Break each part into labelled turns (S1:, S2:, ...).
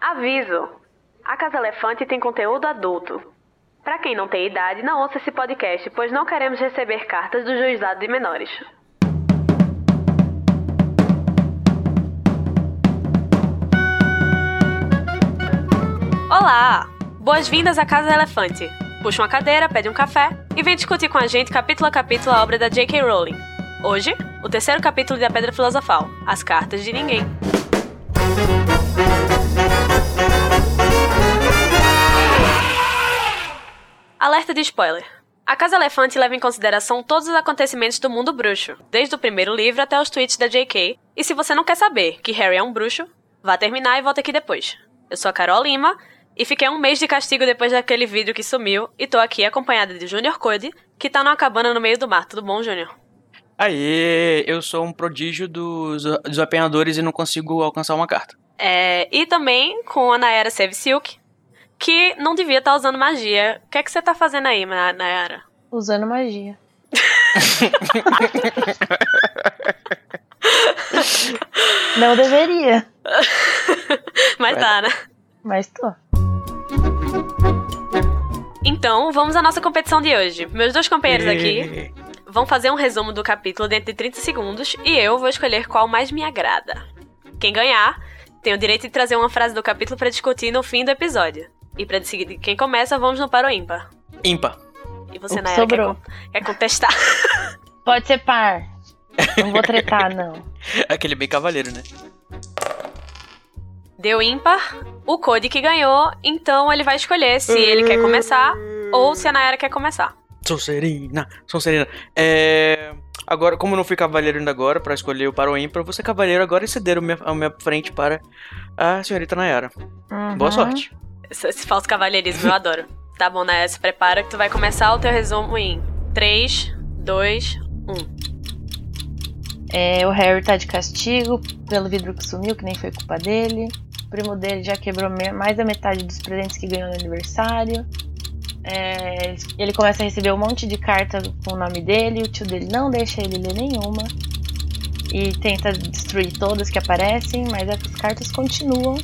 S1: Aviso: A Casa Elefante tem conteúdo adulto. Para quem não tem idade, não ouça esse podcast, pois não queremos receber cartas do juizado de menores. Olá! Boas-vindas à Casa Elefante. Puxa uma cadeira, pede um café e vem discutir com a gente capítulo a capítulo a obra da J.K. Rowling. Hoje, o terceiro capítulo da Pedra Filosofal, As Cartas de Ninguém. Alerta de spoiler. A Casa Elefante leva em consideração todos os acontecimentos do mundo bruxo, desde o primeiro livro até os tweets da J.K. E se você não quer saber que Harry é um bruxo, vá terminar e volta aqui depois. Eu sou a Carol Lima e fiquei um mês de castigo depois daquele vídeo que sumiu e tô aqui acompanhada de Junior Code, que tá numa cabana no meio do mar. Tudo bom, Junior?
S2: Aê, eu sou um prodígio dos, dos apanhadores e não consigo alcançar uma carta.
S1: É, e também com a Nayara Save Silk, que não devia estar usando magia. O que é que você tá fazendo aí, Na- Nayara?
S3: Usando magia. Não deveria,
S1: Mas tá, né?
S3: mas tô.
S1: Então, vamos à nossa competição de hoje. Meus dois companheiros aqui vão fazer um resumo do capítulo dentro de 30 segundos e eu vou escolher qual mais me agrada. Quem ganhar tem o direito de trazer uma frase do capítulo pra discutir no fim do episódio. E pra decidir quem começa, vamos no Paro Ímpar.
S2: Ímpa.
S1: E
S3: O
S1: você,
S3: que
S1: Nayara, quer,
S3: sobrou.
S1: con- quer contestar?
S3: Pode ser par. Não vou tretar, não.
S2: Aquele bem cavaleiro, né?
S1: Deu ímpar, o Cody que ganhou, então ele vai escolher se ele quer começar ou se a Nayara quer começar.
S2: Sonserina, Sonserina. É... Agora, como eu não fui cavaleiro ainda agora pra escolher o para o ímpar, eu vou ser cavaleiro agora e ceder a minha, a minha frente para a senhorita Nayara.
S3: Uhum.
S2: Boa sorte.
S1: Esse, esse falso cavalheirismo, eu adoro. Tá bom, né? Se prepara que tu vai começar o teu resumo em 3, 2,
S3: É, o Harry tá de castigo pelo vidro que sumiu, que nem foi culpa dele. O primo dele já quebrou me- mais da metade dos presentes que ganhou no aniversário. É, ele começa a receber um monte de carta com o nome dele. O tio dele não deixa ele ler nenhuma. E tenta destruir todas que aparecem, mas as cartas continuam.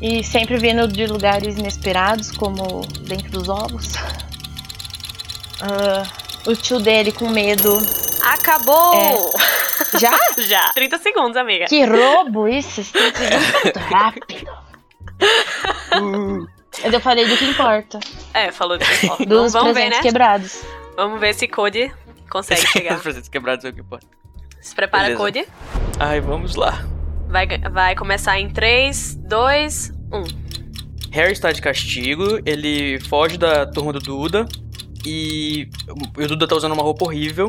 S3: E sempre vindo de lugares inesperados, como dentro dos ovos. Ah, o tio dele com medo.
S1: Acabou!
S3: Já?
S1: Já. 30 segundos, amiga.
S3: É. Que roubo isso? Você tem que ser muito rápido.
S1: Uh.
S3: Mas Eu falei do que importa.
S1: É, falou de
S3: Dos
S1: Vamos ver,
S3: presentes é
S1: né?
S3: quebrados.
S1: Vamos ver se Cody consegue chegar.
S2: Os presentes quebrados é o que importa.
S1: Se prepara,
S2: Beleza.
S1: Cody.
S2: Ai, vamos lá.
S1: Vai, vai começar em um. 3, 2, 1.
S2: Harry está de castigo, ele foge da turma do Duda e o- o Duda tá usando uma roupa horrível.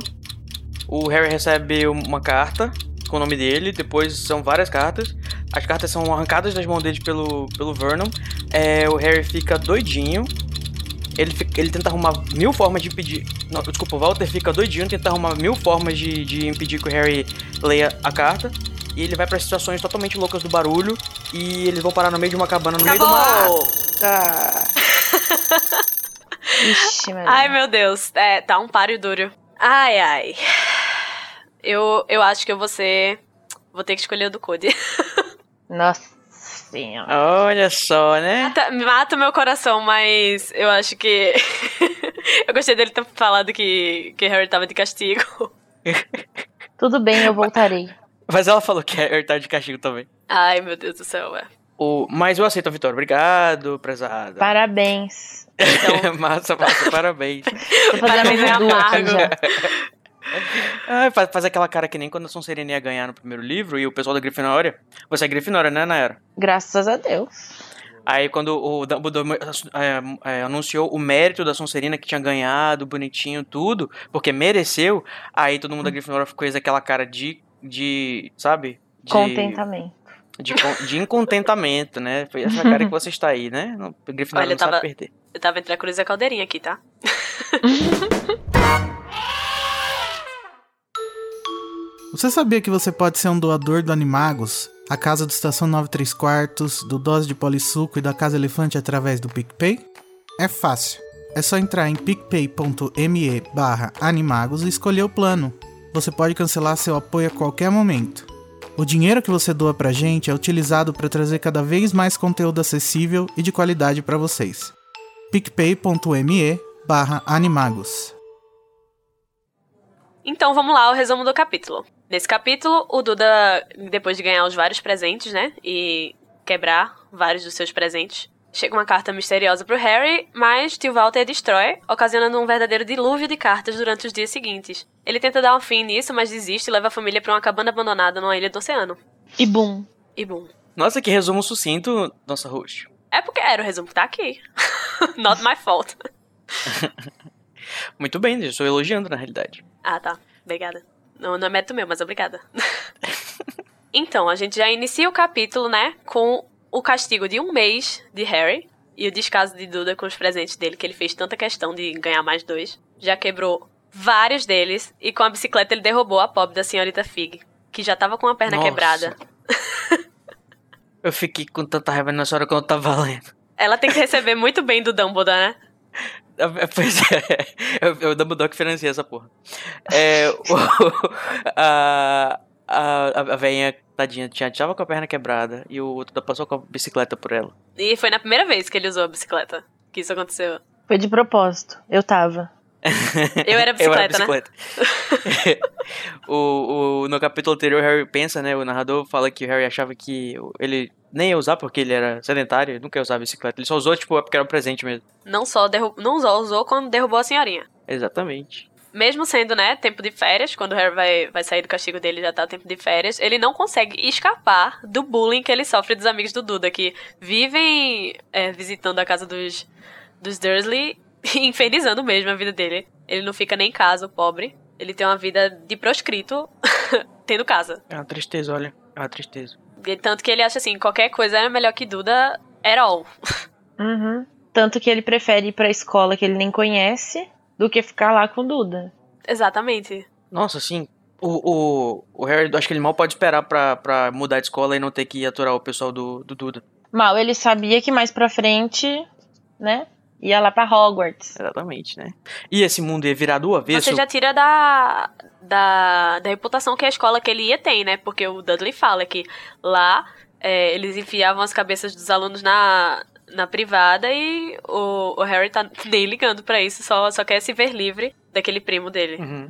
S2: O Harry recebe uma carta com o nome dele, depois são várias cartas. As cartas são arrancadas das mãos dele pelo, pelo Vernon. É, o Harry fica doidinho. Ele, fica- ele tenta arrumar mil formas de impedir. Não, desculpa, o Walter fica doidinho, tenta arrumar mil formas de, de impedir que o Harry leia a carta. E ele vai para situações totalmente loucas do barulho. E eles vão parar no meio de uma cabana no meio do mar.
S1: Acabou!
S3: Ixi, mas...
S1: Ai, meu Deus. É, tá um páreo duro. Ai, ai. Eu, eu acho que eu vou ser... Vou ter que escolher o do Cody.
S3: Nossa senhora.
S2: Olha só, né?
S1: Mata, mata o meu coração, mas eu acho que. eu gostei dele ter falado que, que Harry tava de castigo.
S3: Tudo bem, eu voltarei.
S2: Mas ela falou que é tá de castigo também.
S1: Ai, meu Deus do céu, é.
S2: O... Mas eu aceito a vitória. Obrigado, prezada.
S3: Parabéns.
S1: Então,
S2: massa, massa, parabéns.
S3: Tô fazendo
S1: Parabéns, é
S3: voodoo aqui
S1: amargo.
S3: já.
S2: Ai, Ah, faz, faz aquela cara que nem quando a Sonserina ia ganhar no primeiro livro e o pessoal da Grifinória. Você é Grifinória, né, Nayara?
S3: Graças a Deus.
S2: Aí quando o Dumbledore é, é, anunciou o mérito da Sonserina que tinha ganhado, bonitinho, tudo, porque mereceu, aí todo mundo da Grifinória ficou com aquela cara de, de sabe? De,
S3: Contentamento.
S2: De, con- de incontentamento, né? Foi essa cara que você está aí, né? Não, Grifinória
S1: Olha,
S2: não sabe
S1: tava-
S2: perder.
S1: Eu tava entre a cruz e a caldeirinha aqui, tá?
S4: Você sabia que você pode ser um doador do Animagos, a casa do Estação 93 Quartos, do Dose de Polissuco e da Casa Elefante através do PicPay? É fácil. É só entrar em picpay.me barra animagos e escolher o plano. Você pode cancelar seu apoio a qualquer momento. O dinheiro que você doa pra gente é utilizado para trazer cada vez mais conteúdo acessível e de qualidade para vocês. picpay.me barra animagos.
S1: Então vamos lá ao resumo do capítulo. Nesse capítulo, o Duda, depois de ganhar os vários presentes, né? E quebrar vários dos seus presentes, chega uma carta misteriosa pro Harry, mas tio Walter destrói, ocasionando um verdadeiro dilúvio de cartas durante os dias seguintes. Ele tenta dar um fim nisso, mas desiste e leva a família pra uma cabana abandonada numa ilha do oceano.
S3: E bum.
S1: E bom.
S2: Nossa, que resumo sucinto, nossa host.
S1: É porque era o resumo que tá aqui. Not my fault.
S2: Muito bem, eu estou elogiando na realidade.
S1: Ah, tá. Obrigada. Não, não é mérito meu, mas obrigada. então, a gente já inicia o capítulo, né? Com o castigo de um mês de Harry e o descaso de Duda com os presentes dele, que ele fez tanta questão de ganhar mais dois. Já quebrou vários deles e com a bicicleta ele derrubou a pobre da senhorita Fig, que já tava com a perna
S2: Nossa.
S1: É, quebrada.
S2: Eu fiquei com tanta raiva nessa hora quando eu tava lendo.
S1: Ela tem que receber muito bem do Dumbledore, né?
S2: é, Pois é, é o- é o Dumbledore que financia essa porra. É, o- a, a, a velhinha, tadinha, tinha, tava com a perna quebrada e o outro passou com a bicicleta por ela.
S1: E foi na primeira vez que ele usou a bicicleta que isso aconteceu.
S3: Foi de propósito. Eu tava.
S1: Eu era bicicleta, né?
S2: bicicleta. o, o- no capítulo anterior, o Harry pensa, né? O narrador fala que o Harry achava que ele nem ia usar porque ele era sedentário, ele nunca ia usar a bicicleta. Ele só usou, tipo, porque era um presente mesmo.
S1: Não só, derru- não só usou quando derrubou a senhorinha.
S2: Exatamente.
S1: Mesmo sendo, né, tempo de férias, quando o Harry vai, vai sair do castigo dele, já tá tempo de férias, ele não consegue escapar do bullying que ele sofre dos amigos do Duda, que vivem é, visitando a casa dos, dos Dursley e infernizando mesmo a vida dele. Ele não fica nem em casa, o pobre. Ele tem uma vida de proscrito, tendo casa.
S2: É uma tristeza, olha. É uma tristeza.
S1: E Tanto que ele acha assim, qualquer coisa era melhor que Duda, at all.
S3: Uhum. Tanto que ele prefere ir pra escola que ele nem conhece do que ficar lá com Duda.
S1: Exatamente.
S2: Nossa, assim, o, o, o Harry, acho que ele mal pode esperar pra, pra mudar de escola e não ter que aturar o pessoal do, do Duda.
S3: Mal, ele sabia que mais pra frente, né? Ia lá pra Hogwarts.
S2: Exatamente, né? E esse mundo ia virar do avesso.
S1: Você já tira da, da, da reputação que a escola que ele ia tem, né? Porque o Dudley fala que lá é, eles enfiavam as cabeças dos alunos na, na privada e o, o Harry tá nem ligando pra isso, só, só quer se ver livre daquele primo dele.
S2: Uhum.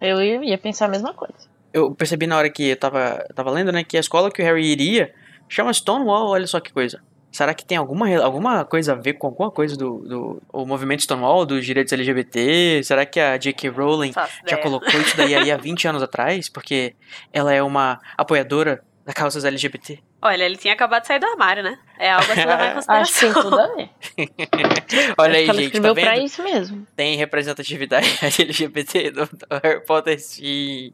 S3: Eu ia ia pensar a mesma coisa.
S2: eu percebi na hora que eu tava, eu tava lendo, né, que a escola que o Harry iria chama Stonewall, olha só que coisa. Será que tem alguma, re- alguma coisa a ver com alguma coisa do, do o movimento Stonewall, dos direitos LGBT? Será que a J.K. Rowling
S1: Faço
S2: já
S1: ideia.
S2: colocou isso daí aí há 20 anos atrás? Porque ela é uma apoiadora da causas LGBT?
S1: Olha, ele tinha acabado de sair do armário, né? É algo a se levar em
S3: Acho que
S1: consideração.
S3: tem tudo a ver.
S2: Olha
S3: Acho que
S2: aí,
S3: ela
S2: gente, tá
S3: escreveu pra
S2: vendo?
S3: isso mesmo.
S2: Tem representatividade LGBT do, do Harry Potter, sim.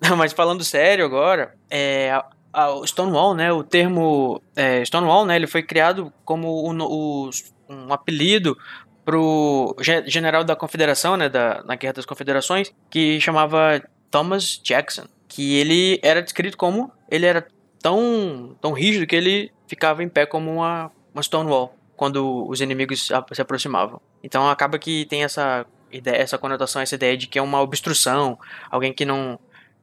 S2: Não, mas falando sério agora, é, a- a- o Stonewall, né, o termo é, Stonewall, né, ele foi criado como o no- o- um apelido pro ge- general da confederação, né, da, na Guerra das Confederações, que chamava Thomas Jackson, que ele era descrito como, ele era tão, tão rígido que ele ficava em pé como uma, uma Stonewall quando os inimigos a- se aproximavam. Então acaba que tem essa ideia, essa conotação, essa ideia de que é uma obstrução, alguém que não,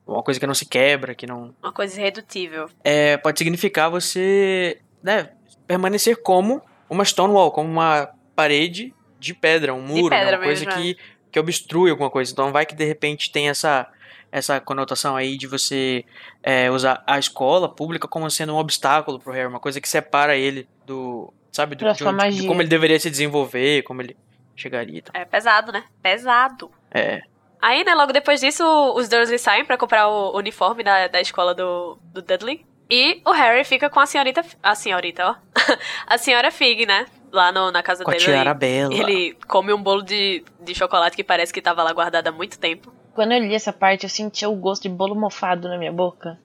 S2: uma coisa que não se quebra, que não
S1: Uma coisa irredutível.
S2: é, pode significar você né, permanecer como uma Stonewall, como uma parede de pedra, um muro, né,
S1: pedra
S2: uma coisa
S1: mesmo, é.
S2: que, que obstrui alguma coisa. Então vai que de repente tem essa, essa conotação aí de você é, usar a escola pública como sendo um obstáculo pro Harry, uma coisa que separa ele do. Sabe, do,
S3: Da
S2: de
S3: sua
S2: onde- de
S3: magia.
S2: como ele deveria se desenvolver, como ele chegaria e tal.
S1: É pesado, né? Pesado.
S2: É.
S1: Aí, né, logo depois disso, os Dursley saem pra comprar o uniforme da, da escola do, do Dudley. E o Harry fica com a senhorita. A senhorita, ó. a senhora Fig, né? Lá no- na casa
S2: Com a
S1: dele.
S2: Tiara Bela.
S1: Ele come um bolo de, de chocolate que parece que tava lá guardado há muito tempo.
S3: Quando eu li essa parte, eu sentia o gosto de bolo mofado na minha boca.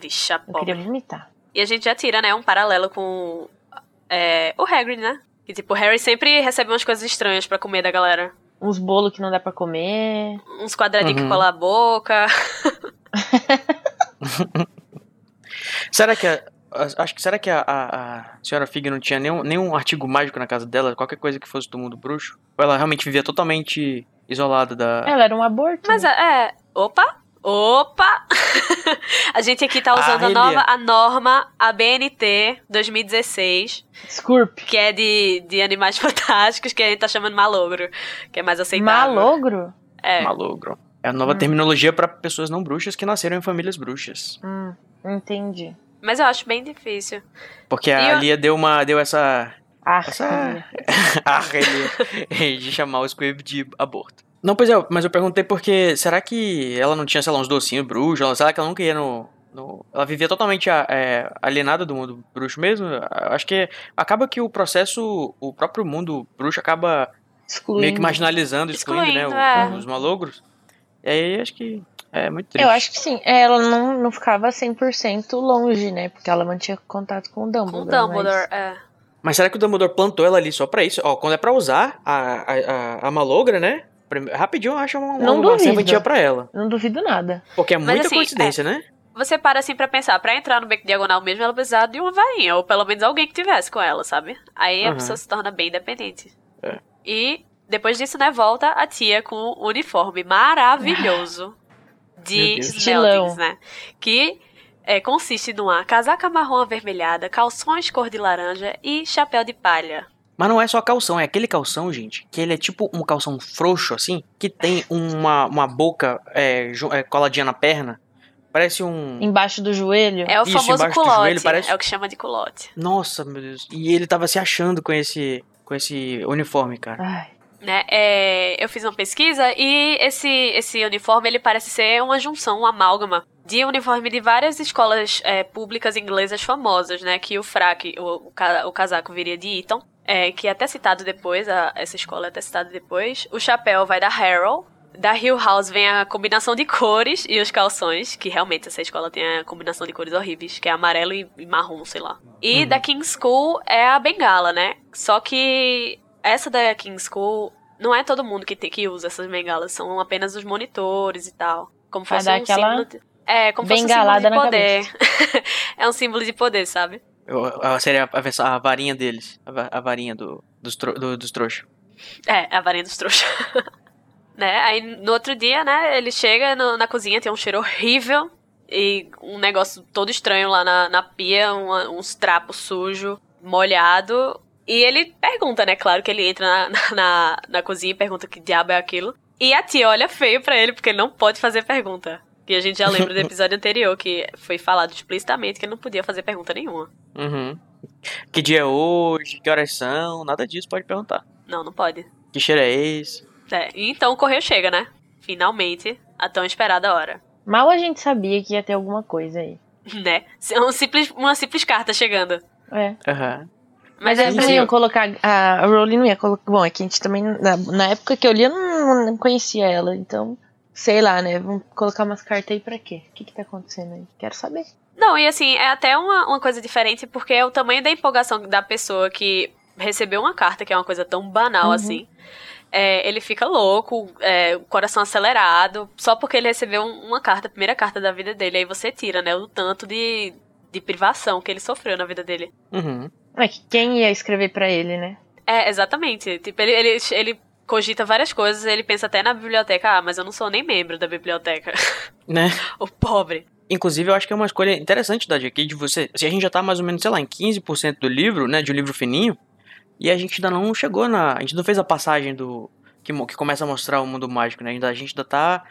S1: Vixe, a
S3: Eu
S1: pobre.
S3: queria vomitar.
S1: E a gente já tira, né, um paralelo com é, o Hagrid, né? Que, tipo, o Harry sempre recebe umas coisas estranhas pra comer da galera.
S3: Uns bolos que não dá pra comer.
S1: Uns quadradinhos
S2: Uhum.
S1: que colam a boca.
S2: Será que a, a- acho que será que a, a- a senhora Fig não tinha nenhum, nenhum artigo mágico na casa dela, qualquer coisa que fosse do mundo bruxo? Ou ela realmente vivia totalmente isolada da
S3: Ela era um aborto.
S1: Mas é. é- Opa! Opa! a gente aqui tá usando a,
S2: Arrelia.
S1: nova a norma ABNT 2016,
S3: Scorp.
S1: que é de, de animais fantásticos, que a gente tá chamando malogro, que é mais aceitável.
S3: Malogro?
S1: É. Hum.
S2: Malogro. É a nova terminologia pra pessoas não bruxas que nasceram em famílias bruxas.
S3: Hum, entendi.
S1: Mas eu acho bem difícil.
S2: Porque
S1: E
S2: a
S1: eu-
S2: Lia deu uma. deu essa.
S3: Ah,
S2: essa. é arra ali Ah, de chamar o Squib de aborto. Não, pois é, mas eu perguntei porque. Será que ela não tinha, sei lá, uns docinhos bruxos? Será que ela nunca ia no. no- ela vivia totalmente a- é, alienada do mundo bruxo mesmo? Eu Acho que acaba que o processo, o próprio mundo bruxo acaba meio
S3: excluindo.
S2: que marginalizando, excluindo,
S1: Excluindo,
S2: né, o-
S3: é.
S2: os malogros. E aí acho que é muito triste.
S3: Eu acho que sim. É, Ela não, não ficava 100% longe, né? Porque ela mantinha contato com o
S1: Com
S3: Dumbledore.
S1: o Dumbledore,
S3: mas-
S1: é.
S2: Mas será que o Dumbledore plantou ela ali só pra isso? Ó, quando é pra usar a, a, a- a malogra, né? Prime- Rapidinho acha uma,
S3: Não
S2: uma, uma
S3: duvido.
S2: serventia pra ela.
S3: Não duvido nada.
S2: Porque é
S1: Mas
S2: muita
S1: assim,
S2: coincidência, né?
S1: Você para assim pra pensar, pra entrar no beco diagonal mesmo, ela precisava de uma varinha, ou pelo menos alguém que tivesse com ela, sabe? Aí a
S2: Aham.
S1: pessoa se torna bem independente.
S2: Uhum. É.
S1: E depois disso, né, volta a tia com o uniforme maravilhoso
S2: Meu
S1: de
S2: Deus.
S1: Smeltings,
S3: Estilão.
S1: né? Que é, consiste numa casaca marrom avermelhada, calções cor de laranja e chapéu de palha.
S2: Mas não é só calção, é aquele calção, gente, que ele é tipo um calção frouxo, assim, que tem uma, uma boca é, ju- é, coladinha na perna. Parece um.
S3: Embaixo do joelho.
S1: É o
S2: Isso,
S1: famoso
S2: embaixo do
S1: culote,
S2: joelho, parece-
S1: é o que chama de culote.
S2: Nossa, meu Deus. E ele tava se achando com esse, com esse uniforme, cara.
S3: Ai,
S1: né? É, eu fiz uma pesquisa e esse, esse uniforme ele parece ser uma junção, uma amálgama de uniforme de várias escolas é, públicas inglesas famosas, né? Que o fraque, o, o, ca- o casaco viria de Eton, é, que é até citado depois, a- essa escola é até citada depois. O chapéu vai da Harrow. Da Hill House vem a combinação de cores e os calções, que realmente essa escola tem a combinação de cores horríveis, que é amarelo e, e marrom, sei lá. E
S2: Uhum.
S1: da King's School é a bengala, né? Só que essa da King's School não é todo mundo que, tem, que usa essas bengalas, são apenas os monitores e tal. Como
S3: Pra
S1: fosse
S3: dar
S1: um
S3: aquela
S1: símbolo de... É, como fosse um símbolo
S3: bengalada
S1: de
S3: na
S1: poder. é um símbolo de poder, sabe?
S2: Eu- eu- seria a, versão- a varinha deles. A, va- a varinha do, dos, tro, do- dos trouxas.
S1: É, a varinha dos trouxas. né? Aí no outro dia, né, ele chega no- na cozinha, tem um cheiro horrível e um negócio todo estranho lá na, na pia, uma- uns trapos sujos, molhado. E ele pergunta, né? Claro que ele entra na, na, na- na cozinha e pergunta que diabo é aquilo. E a tia olha feio pra ele, porque ele não pode fazer pergunta. Que a gente já lembra do episódio anterior, que foi falado explicitamente que ele não podia fazer pergunta nenhuma.
S2: Uhum. Que dia é hoje? Que horas são? Nada disso, pode perguntar.
S1: Não, não pode.
S2: Que cheiro é esse?
S1: É, e então o correio chega, né? Finalmente, a tão esperada hora.
S3: mal a gente sabia que ia ter alguma coisa aí.
S1: Né? É um simples, uma simples carta chegando.
S3: É.
S2: Aham.
S1: Mas,
S3: Mas
S1: é
S3: eles não
S2: sim,
S1: pra
S2: ó.
S3: iam colocar. A a Rowling não ia colocar. Bom, é que a gente também. Na, na época que eu li, eu não, não conhecia ela. Então, sei lá, né? Vamos colocar umas cartas aí pra quê? O que, que tá acontecendo aí? Quero saber.
S1: Não, e assim, é até uma, uma coisa diferente, porque é o tamanho da empolgação da pessoa que recebeu uma carta, que é uma coisa tão banal
S3: Uhum.
S1: assim. É, ele fica louco, é, o coração acelerado, só porque ele recebeu um- uma carta, a primeira carta da vida dele. Aí você tira, né? O tanto de, de privação que ele sofreu na vida dele.
S2: Uhum.
S3: É que quem ia escrever pra ele, né?
S1: É, exatamente. Tipo, ele, ele, ele cogita várias coisas, ele pensa até na biblioteca, ah, mas eu não sou nem membro da biblioteca.
S2: Né?
S1: o pobre.
S2: Inclusive, eu acho que é uma escolha interessante da JK de você. Se a gente já tá mais ou menos, sei lá, em 15% do livro, né? De um livro fininho. E a gente ainda não chegou na. A gente não fez a passagem do. Que, mo- que começa a mostrar o mundo mágico, né? Ainda, a gente ainda tá.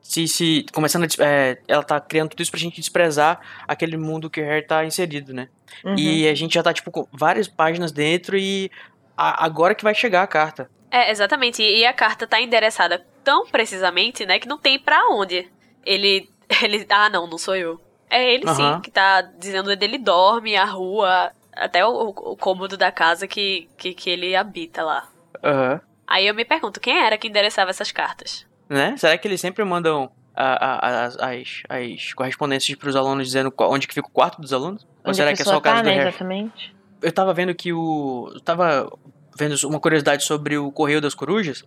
S2: Se, se, começando a, des- é, ela tá criando tudo isso pra gente desprezar aquele mundo que o Harry tá inserido, né?
S3: Uhum.
S2: E a gente já tá, tipo, com várias páginas dentro e a- agora que vai chegar a carta.
S1: É, exatamente. E a carta tá endereçada tão precisamente, né, que não tem pra onde. Ele. ele ah, não, não sou eu. É ele sim
S2: Aham.
S1: que tá dizendo onde ele dorme, a rua, até o, o- o cômodo da casa que, que, que ele habita lá.
S2: Aham.
S1: Aí eu me pergunto, quem era que endereçava essas cartas?
S2: Né? Será que eles sempre mandam a- a- as, as, as correspondências pros alunos dizendo qual- onde que fica o quarto dos alunos? Ou
S3: Onde
S2: será
S3: a
S2: que é só
S3: pessoa
S2: o caso
S3: tá,
S2: do
S3: né?
S2: Harry?
S3: Exatamente.
S2: Eu tava vendo que o. Eu tava vendo uma curiosidade sobre o Correio das Corujas.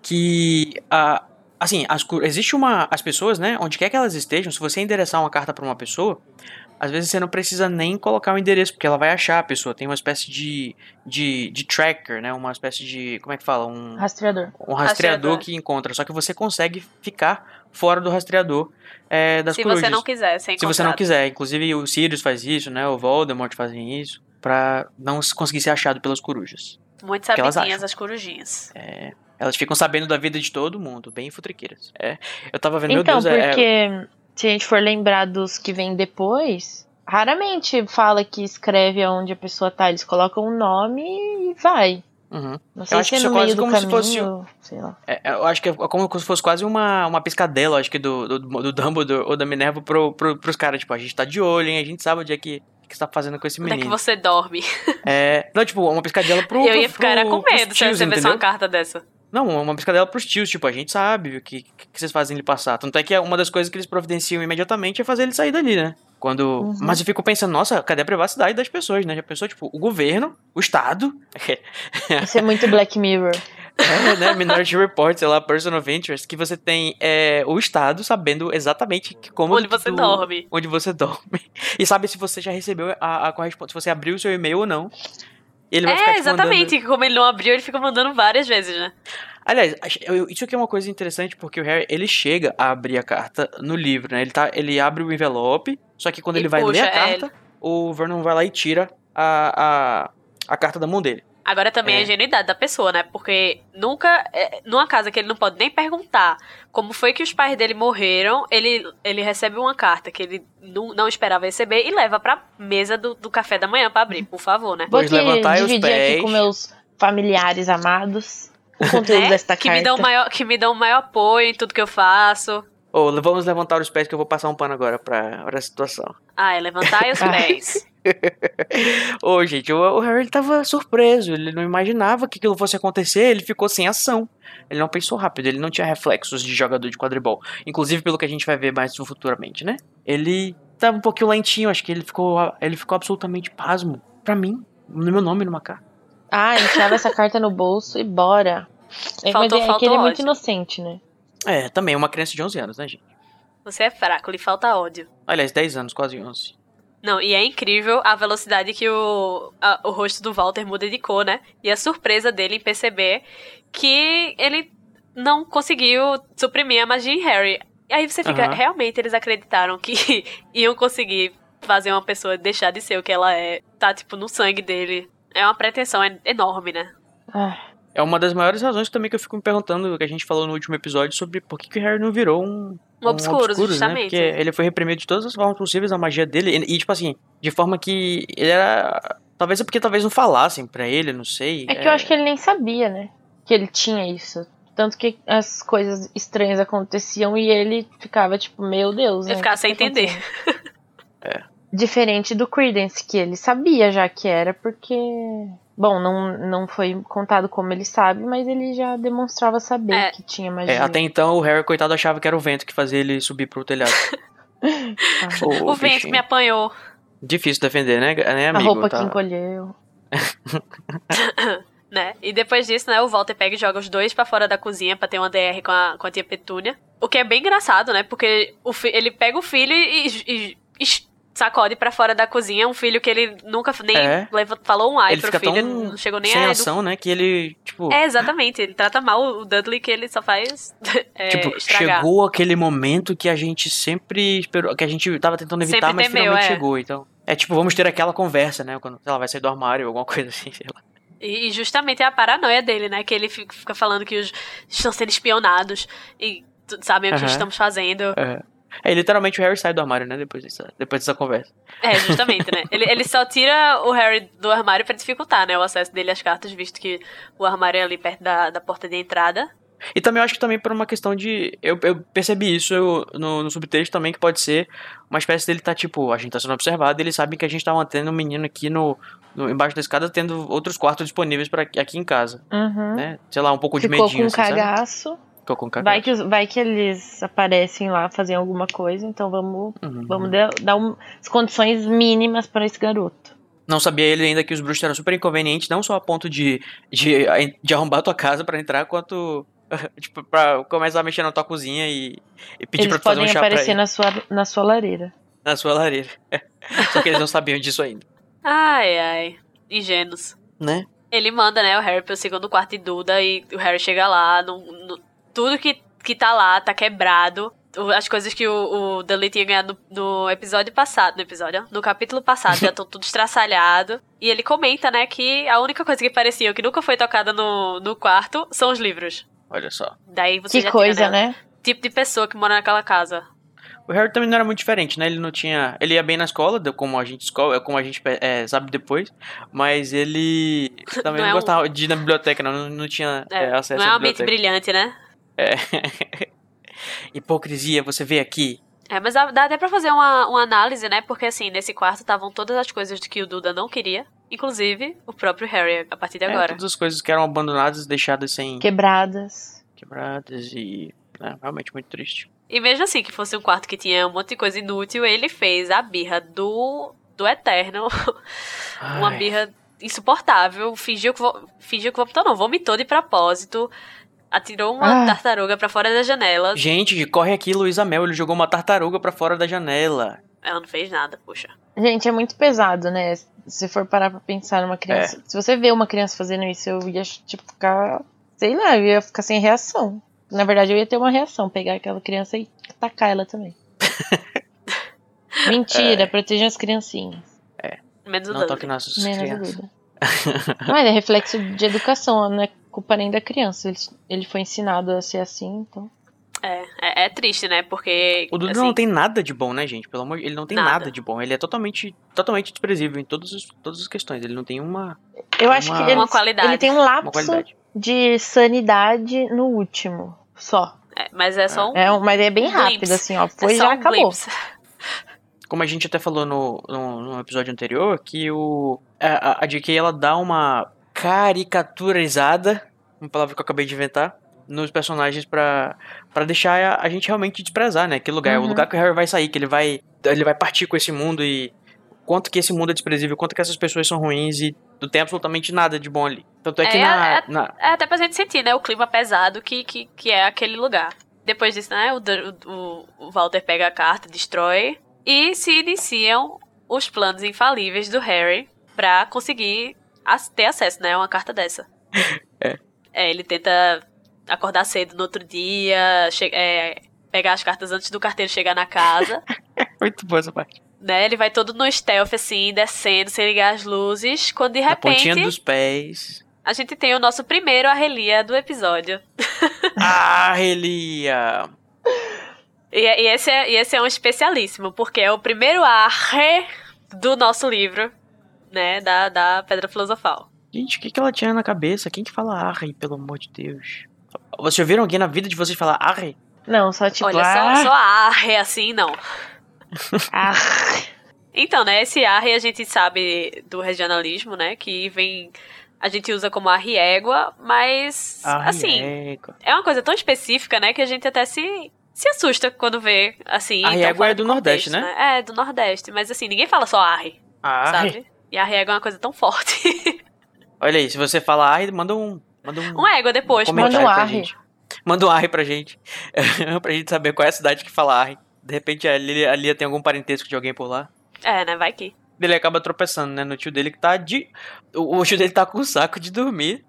S2: Que. A, assim, as, cor- existe uma. As pessoas, né? Onde quer que elas estejam, se você endereçar uma carta pra uma pessoa, às vezes você não precisa nem colocar o endereço, porque ela vai achar a pessoa. Tem uma espécie de. de, de tracker, né? Uma espécie de. Como é que fala? Um
S3: Rastreador.
S2: um rastreador
S1: Rastreador.
S2: que encontra. Só que você consegue ficar fora do rastreador é, das
S1: se
S2: corujas.
S1: você não quiser, sem
S2: se você não quiser. Inclusive, o Sirius faz isso, né? O Voldemort fazem isso. Pra não se- conseguir ser achado pelas corujas.
S1: Muito
S2: que elas
S1: sabidinhas
S2: acham. É.
S1: as corujinhas.
S2: Elas ficam sabendo da vida de todo mundo, bem futriqueiras. É. Eu tava vendo, meu
S3: então,
S2: Deus, é-
S3: porque se a gente for lembrar dos que vêm depois, raramente fala que escreve aonde a pessoa tá. Eles colocam o nome e vai.
S2: é. Uhum.
S3: Não sei
S2: acho
S3: se
S2: que
S3: é
S2: isso
S3: no
S2: é quase
S3: meio do
S2: como se
S3: caminho.
S2: fosse
S3: Sei lá.
S2: É, eu acho que é como se fosse quase uma, uma piscadela, acho que do, do, do Dumbledore ou da Minerva pro, pro, pros caras. Tipo, a gente tá de olho, hein? A gente sabe onde é que, que você tá fazendo com esse
S1: Onde é que
S2: menino.
S1: você dorme?
S2: É, não, tipo, uma piscadela pro.
S1: eu ia
S2: pro-
S1: ficar era com
S2: pros
S1: medo se eu
S2: tios,
S1: recebesse
S2: entendeu?
S1: uma carta dessa.
S2: Não, uma piscadela pros tios, tipo, a gente sabe o que, que vocês fazem ele passar. Tanto é que uma das coisas que eles providenciam imediatamente é fazer ele sair dali, né? Quando.
S3: Uhum.
S2: Mas eu fico pensando, nossa, cadê a privacidade das pessoas, né? Já pensou, tipo, o governo, o Estado,
S3: Isso é muito Black Mirror.
S2: É, né? Minority Report, sei lá, Person of Interest, que você tem é, o Estado sabendo exatamente que- como. tipo,
S1: Onde você
S2: do-
S1: dorme.
S2: Onde você dorme. E sabe se você já recebeu a, a correspondência, se você abriu o seu e-mail ou não. Ele vai ficar
S1: É,
S2: te mandando-
S1: exatamente. Como ele não abriu, ele fica mandando várias vezes, né?
S2: Aliás, ach- eu- isso aqui é uma coisa interessante, porque o Harry, ele chega a abrir a carta no livro, né? Ele, tá, ele abre o envelope, só que quando
S1: E
S2: ele vai ler
S1: puxa,
S2: a
S1: é,
S2: carta, o Vernon vai lá e tira a, a, a carta da mão dele.
S1: Agora também
S2: É.
S1: a ingenuidade da pessoa, né? Porque nunca. é, Numa casa que ele não pode nem perguntar como foi que os pais dele morreram, ele, ele recebe uma carta que ele não, não esperava receber e leva pra mesa do, do café da manhã pra abrir, por favor, né?
S3: Vou
S2: Depois
S3: aqui
S2: levantar os
S3: dividir aqui
S2: pés.
S3: com meus familiares amados o conteúdo
S1: Né?
S3: desta
S1: que,
S3: carta.
S1: me dão maior, que me dão maior apoio em tudo que eu faço.
S2: Ou vamos levantar os pés que eu vou passar um pano agora pra, pra situação.
S1: Ah, é levantar os
S3: Ah.
S1: pés.
S2: Ô, gente, o, o Harry ele tava surpreso, ele não imaginava que aquilo fosse acontecer, ele ficou sem ação. Ele não pensou rápido, ele não tinha reflexos de jogador de quadribol. Inclusive, pelo que a gente vai ver mais futuramente, né? Ele tava um pouquinho lentinho, acho que ele ficou, ele ficou absolutamente pasmo. Pra mim, no meu nome, numa carta.
S3: Ah, enfiava essa carta no bolso e bora. É,
S1: Faltou-
S3: mas é, é que
S1: faltou
S3: ele é
S1: ódio.
S3: muito inocente, né?
S2: É, também, uma criança de 11 anos, né, gente?
S1: Você é fraco, lhe falta ódio.
S2: Aliás, 10 anos, quase 11.
S1: Não, e é incrível a velocidade que o, a- o rosto do Walter muda de cor, né? E a surpresa dele em perceber que ele não conseguiu suprimir a magia em Harry. E aí você fica,
S2: Aham.
S1: realmente eles acreditaram que iam conseguir fazer uma pessoa deixar de ser o que ela é. Tá, tipo, no sangue dele. É uma pretensão en- enorme, né?
S3: Ah,
S2: É uma das maiores razões também que eu fico me perguntando, que a gente falou no último episódio, sobre por que, que o Harry não virou um
S1: Um obscuro, justamente.
S2: Né? Porque ele foi reprimido de todas as formas possíveis na magia dele. E, e, tipo assim, de forma que ele era. Talvez é porque talvez não falassem pra ele, não sei.
S3: é que eu acho que ele nem sabia, né? Que ele tinha isso. Tanto que as coisas estranhas aconteciam e ele ficava tipo, meu Deus.
S1: Ele
S3: né?
S1: ficava
S3: O que
S1: sem
S3: tá
S1: entender.
S3: acontecendo?
S2: É.
S3: Diferente do Credence, que ele sabia já que era, porque. Bom, não, não foi contado como ele sabe, mas ele já demonstrava saber
S1: É.
S3: que tinha
S2: É,
S3: magia.
S2: até então o Harry, coitado, achava que era o vento que fazia ele subir pro telhado.
S3: Ah,
S1: o vento
S2: bichinho.
S1: me apanhou.
S2: Difícil defender, né, né
S3: a
S2: amigo?
S3: roupa
S2: Tá-
S3: que encolheu.
S1: né? E depois disso, né, o Walter pega e joga os dois pra fora da cozinha pra ter uma DR com a, com a tia Petúnia. O que é bem engraçado, né? Porque o fi- ele pega o filho e, e- e sacode pra fora da cozinha um filho que ele nunca nem
S2: É.
S1: leva- falou um ai
S2: Ele
S1: pro
S2: fica
S1: filho,
S2: tão
S1: ele não chegou nem
S2: sem
S1: a edu-
S2: ação, né? Que ele, tipo.
S1: É, exatamente. Ele trata mal o Dudley que ele só faz é,
S2: Tipo,
S1: estragar.
S2: chegou aquele momento que a gente sempre esperou, que a gente tava tentando evitar,
S1: Sempre
S2: mas
S1: temeu,
S2: finalmente
S1: é.
S2: chegou, então. É tipo, vamos ter aquela conversa, né? Quando ela vai sair do armário, alguma coisa assim, sei lá.
S1: E e justamente é a paranoia dele, né? Que ele fi- fica falando que os estão sendo espionados e tu- sabem o que
S2: Aham.
S1: estamos fazendo.
S2: É, literalmente o Harry sai do armário, né? Depois dessa, depois dessa conversa.
S1: É, justamente, né? Ele, ele só tira o Harry do armário pra dificultar, né? O acesso dele às cartas, visto que o armário é ali perto da, da porta de entrada.
S2: E também eu acho que também por uma questão de. Eu, eu percebi isso eu- no, no subtexto também, que pode ser uma espécie dele tá tipo, a gente tá sendo observado, eles sabem que a gente tá mantendo um menino aqui no, no- embaixo da escada, tendo outros quartos disponíveis para aqui em casa,
S3: Uhum.
S2: né? Sei lá, um pouco de
S3: Ficou
S2: medinho,
S3: com
S2: assim, sabe?
S3: cagaço.
S2: Ficou com cagaço.
S3: Vai que, os- vai que eles aparecem lá, fazem alguma coisa, então vamos,
S2: Uhum.
S3: vamos dar, dar um- as condições mínimas para esse garoto.
S2: Não sabia ele ainda que os bruxos eram super inconvenientes, não só a ponto de, de, de arrombar a tua casa pra entrar, quanto tipo, pra começar a mexer na tua cozinha e, e pedir pra
S3: eles
S2: tu fazer um
S3: podem
S2: chá pra
S3: aparecer
S2: ele
S3: na sua, na sua lareira.
S2: na sua lareira. Só que eles não sabiam disso ainda,
S1: Ai, ai. Ingênuos.
S2: né?
S1: Ele manda, né, o Harry pro segundo quarto de Duda e o Harry chega lá. no- no- tudo que, que tá lá tá quebrado. o- as coisas que o, o Dudley tinha ganhado no episódio passado, no episódio, ó, no capítulo passado, já estão tudo estraçalhado. E ele comenta, né, que a única coisa que parecia que nunca foi tocada no, no quarto são os livros.
S2: Olha só.
S1: Daí você
S3: Que
S1: já
S3: coisa,
S1: tira, né?
S3: né?
S1: o Tipo de pessoa que mora naquela casa.
S2: O Harry também não era muito diferente, né? Ele não tinha. Ele ia bem na escola, deu como a gente escola, como a gente é, sabe depois. Mas ele
S1: Não
S2: também não,
S1: é um-
S2: gostava de ir na biblioteca, não, não tinha
S1: É,
S2: é, acesso
S1: não é
S2: à
S1: uma mente
S2: biblioteca.
S1: brilhante, né?
S2: Hipocrisia, você vê aqui.
S1: É, mas dá, dá até pra fazer uma, uma análise, né? Porque assim, nesse quarto estavam todas as coisas que o Duda não queria, inclusive o próprio Harry, a partir de
S2: É,
S1: agora.
S2: todas as coisas que eram abandonadas, deixadas sem
S3: Quebradas.
S2: quebradas e. né, realmente muito triste.
S1: E mesmo assim, que fosse um quarto que tinha um monte de coisa inútil, ele fez a birra do, do Eterno, uma
S2: Ai,
S1: birra insuportável, fingiu que, vo- fingiu que vomitou, não, vomitou de propósito, atirou uma
S3: Ah.
S1: tartaruga pra fora da janela.
S2: Gente, corre aqui, Luísa Mel. Ele jogou uma tartaruga pra fora da janela.
S1: Ela não fez nada, puxa.
S3: Gente, é muito pesado, né? Se for parar pra pensar numa criança.
S2: É.
S3: Se você vê uma criança fazendo isso, eu ia, tipo, ficar. Sei lá, eu ia ficar sem reação. Na verdade, eu ia ter uma reação, pegar aquela criança e tacar ela também.
S2: É.
S3: Mentira, protejam as criancinhas.
S1: Menos o
S2: Não toque
S1: Dudley.
S2: nossas
S3: Menos
S2: crianças.
S3: Né, dúvida. Mas é reflexo de educação, não é culpa nem da criança. Ele, ele foi ensinado a ser assim, então.
S1: É, é, é triste, né? Porque.
S2: O Dudu
S1: assim,
S2: não tem nada de bom, né, gente? Pelo amor de Ele não tem
S1: Nada.
S2: nada, de bom. Ele é totalmente, totalmente desprezível em todas as, todas as questões. Ele não tem uma,
S3: Eu acho
S2: Uma-
S3: que ele,
S1: Uma qualidade.
S3: ele tem um
S2: uma
S3: lapso
S2: qualidade.
S3: de sanidade no último. Só.
S1: é, mas é só um.
S3: É, um- mas é bem
S1: Um
S3: rápido,
S1: glimpse.
S3: assim, ó.
S1: é
S3: Foi
S1: só
S3: já
S1: um
S3: acabou.
S1: glimpse.
S2: Como a gente até falou no, no, no episódio anterior, que o, a, a- a JK ela dá uma caricaturizada, uma palavra que eu acabei de inventar, nos personagens pra, pra deixar a, a gente realmente desprezar, né? Que lugar. É
S3: Uhum.
S2: o lugar que o Harry vai sair, que ele vai, ele vai partir com esse mundo e quanto que esse mundo é desprezível, quanto que essas pessoas são ruins e não tem absolutamente nada de bom ali. Tanto é que
S1: É,
S2: na-
S1: é-
S2: na,
S1: É até pra gente sentir, né? O clima pesado que, que, que é aquele lugar. Depois disso, né? O, Dan- o, o Walter pega a carta, destrói. E se iniciam os planos infalíveis do Harry pra conseguir as- ter acesso, né? a Uma carta dessa.
S2: É.
S1: É, ele tenta acordar cedo no outro dia, che- é, pegar as cartas antes do carteiro chegar na casa.
S2: Muito boa essa parte.
S1: né? Ele vai todo no stealth, assim, descendo, sem ligar as luzes. Quando de
S2: Na pontinha
S1: repente,
S2: dos pés.
S1: a gente tem o nosso primeiro arrelia do episódio.
S2: Ah, Relia!
S1: E, e esse é, e esse é um especialíssimo, porque é o primeiro arre do nosso livro, né? Da, da Pedra Filosofal.
S2: Gente, o que, que ela tinha na cabeça? Quem que fala Arre, pelo amor de Deus? Vocês já viram alguém na vida de vocês falar Arre?
S3: Não, só tipo.
S1: Olha,
S3: ah,
S1: só, só arre assim, não.
S3: ah.
S1: Então, né? Esse arre a gente sabe do regionalismo, né? Que vem. A gente usa como arre égua, mas. assim,
S2: Égua.
S1: é uma coisa tão específica, né? Que a gente até se. Se assusta quando vê, assim.
S2: Arre
S1: então,
S2: égua
S1: fora
S2: é do
S1: de
S2: Nordeste,
S1: contexto, né? É, do Nordeste. Mas assim, ninguém fala só arre,
S2: Arre.
S1: sabe? E arre égua é uma coisa tão forte.
S2: Olha aí, se você falar Arre, manda um. Manda um.
S1: Um égua depois,
S2: comentário
S3: manda um
S2: pra
S3: arre.
S2: gente. Manda um arre pra gente. pra gente saber qual é a cidade que fala arre. De repente a Lilia, a Lia tem algum parentesco de alguém por lá.
S1: É, né? Vai que.
S2: Ele acaba tropeçando, né? No tio dele que tá de. O, o tio dele tá com um saco de dormir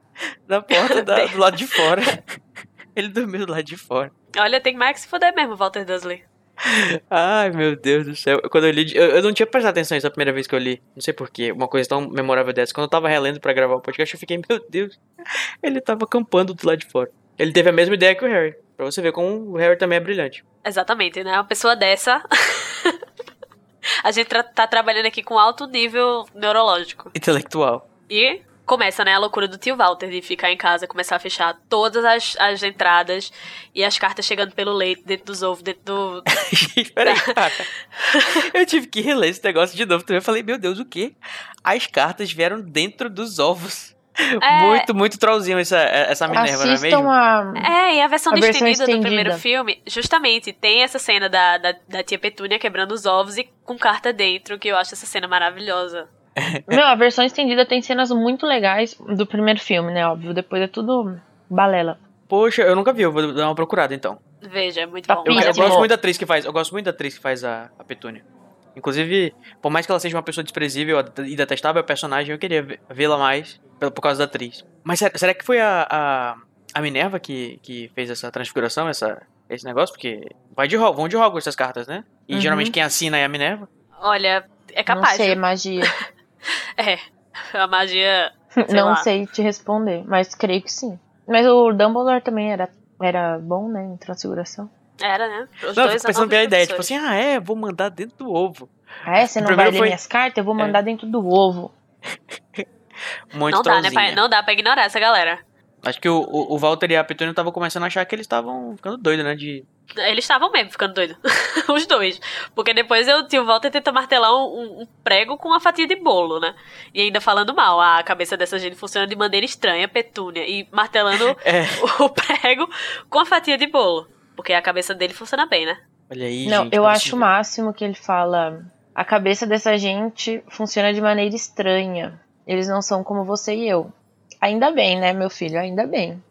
S2: na porta da- do lado de fora. Ele dormiu do lado de fora.
S1: Olha, tem mais que se fuder mesmo, Walter Dudley.
S2: Ai, meu Deus do céu. Quando eu li. Eu, eu não tinha prestado atenção nisso a primeira vez que eu li. Não sei porquê. Uma coisa tão memorável dessa. Quando eu tava relendo pra gravar o podcast, eu fiquei, meu Deus. Ele tava acampando do lado de fora. Ele teve a mesma ideia que o Harry. Pra você ver como o Harry também é brilhante.
S1: Exatamente, né? Uma pessoa dessa. a gente tra- tá trabalhando aqui com alto nível neurológico.
S2: Intelectual.
S1: E começa, né? A loucura do tio Walter de ficar em casa, começar a fechar todas as, as entradas e as cartas chegando pelo leite, dentro dos ovos, dentro do.
S2: Gente, peraí, cara. Eu tive que reler esse negócio de novo também. Eu falei, meu Deus, o quê? As cartas vieram dentro dos ovos. Muito, muito trollzinho essa, essa Minerva, não é
S3: É. Assistam
S2: mesmo?
S3: a.
S1: É, e a versão,
S3: A
S1: do
S3: versão
S1: estendida do primeiro
S3: estendida.
S1: filme, justamente, tem essa cena da, da, da tia Petúnia quebrando os ovos e com carta dentro, que eu acho essa cena maravilhosa.
S3: Meu, a versão estendida tem cenas muito legais do primeiro filme, né? Óbvio. Depois é tudo balela.
S2: Poxa, eu nunca vi, eu vou dar uma procurada então.
S1: Veja, é muito
S3: Tá
S1: bom.
S2: Eu, eu
S3: Sim,
S2: gosto
S3: amor.
S2: muito da atriz que faz, eu gosto muito da atriz que faz a, a Petúnia. Inclusive, por mais que ela seja uma pessoa desprezível e detestável a personagem, eu queria vê- vê-la mais pela- por causa da atriz. Mas será, será que foi a, a, a Minerva que, que fez essa transfiguração, essa, esse negócio, porque vai de Hogwarts, vão de Hogwarts essas cartas, né? E
S3: Uhum.
S2: geralmente quem assina é a Minerva.
S1: Olha, é
S3: Não
S1: capaz.
S3: sei, magia.
S1: É. A magia. Sei
S3: não
S1: lá.
S3: sei te responder, mas creio que sim. Mas o Dumbledore também era, era bom, né, em transfiguração.
S1: Era, né? Os
S2: não, eu
S1: dois
S2: fico pensando
S1: ambos
S2: pela ideia, tipo
S1: professores.
S2: assim, ah, é, vou mandar dentro do ovo.
S3: Ah, é? Você não vai
S2: Primeiro
S3: ler
S2: foi- É.
S3: minhas cartas? Eu vou mandar dentro do ovo.
S2: Um monte
S1: Não
S2: de
S1: dá, né,
S2: trollzinha.
S1: pai? Não dá pra ignorar essa galera.
S2: Acho que o, o, o Walter e a Petúnia estavam começando a achar que eles estavam ficando doidos, né? De...
S1: Eles estavam mesmo ficando doidos. Os dois. Porque depois eu tio Walter tenta martelar um, um- um prego com uma fatia de bolo, né? E ainda falando mal, ah, a cabeça dessa gente funciona de maneira estranha, petúnia. E martelando
S2: É.
S1: o prego com a fatia de bolo. Porque a cabeça dele funciona bem, né?
S2: Olha aí,
S3: não,
S2: gente,
S3: eu
S2: é
S3: acho
S2: possível.
S3: o máximo que ele fala. A cabeça dessa gente funciona de maneira estranha. Eles não são como você e eu. Ainda bem, né, meu filho? Ainda bem.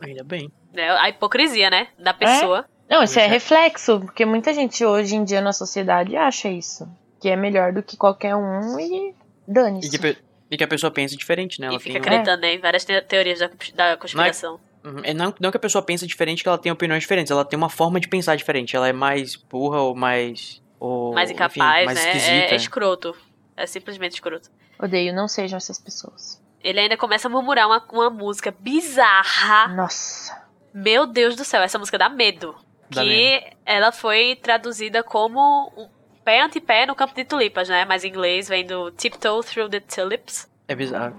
S2: Ainda bem.
S1: É A hipocrisia, né? Da pessoa.
S3: Não, isso é
S2: Isso é-
S3: reflexo, porque muita gente hoje em dia na sociedade acha isso. Que é melhor do que qualquer um e
S2: E que,
S3: dane-se.
S2: a pe- e que a pessoa pensa diferente, né? Ela
S1: e fica
S2: tem um-
S1: acreditando né, em várias te- teorias da, da conspiração.
S2: Uhum. É, não, não que a pessoa pensa diferente, que ela tem opiniões diferentes. Ela tem uma forma de pensar diferente. Ela é mais burra ou mais... Ou,
S1: mais
S2: enfim,
S1: incapaz,
S2: mais
S1: né? É- É,
S2: esquisita.
S1: escroto. É simplesmente escroto.
S3: Odeio, não sejam essas pessoas.
S1: Ele ainda começa a murmurar uma, uma música
S2: Ah.
S1: bizarra.
S3: Nossa.
S1: Meu Deus do céu, essa música dá medo.
S2: Dá
S1: que
S2: medo.
S1: ela foi traduzida como um pé ante pé no campo de tulipas, né? Mas em inglês vem do tiptoe through the tulips.
S2: É bizarro.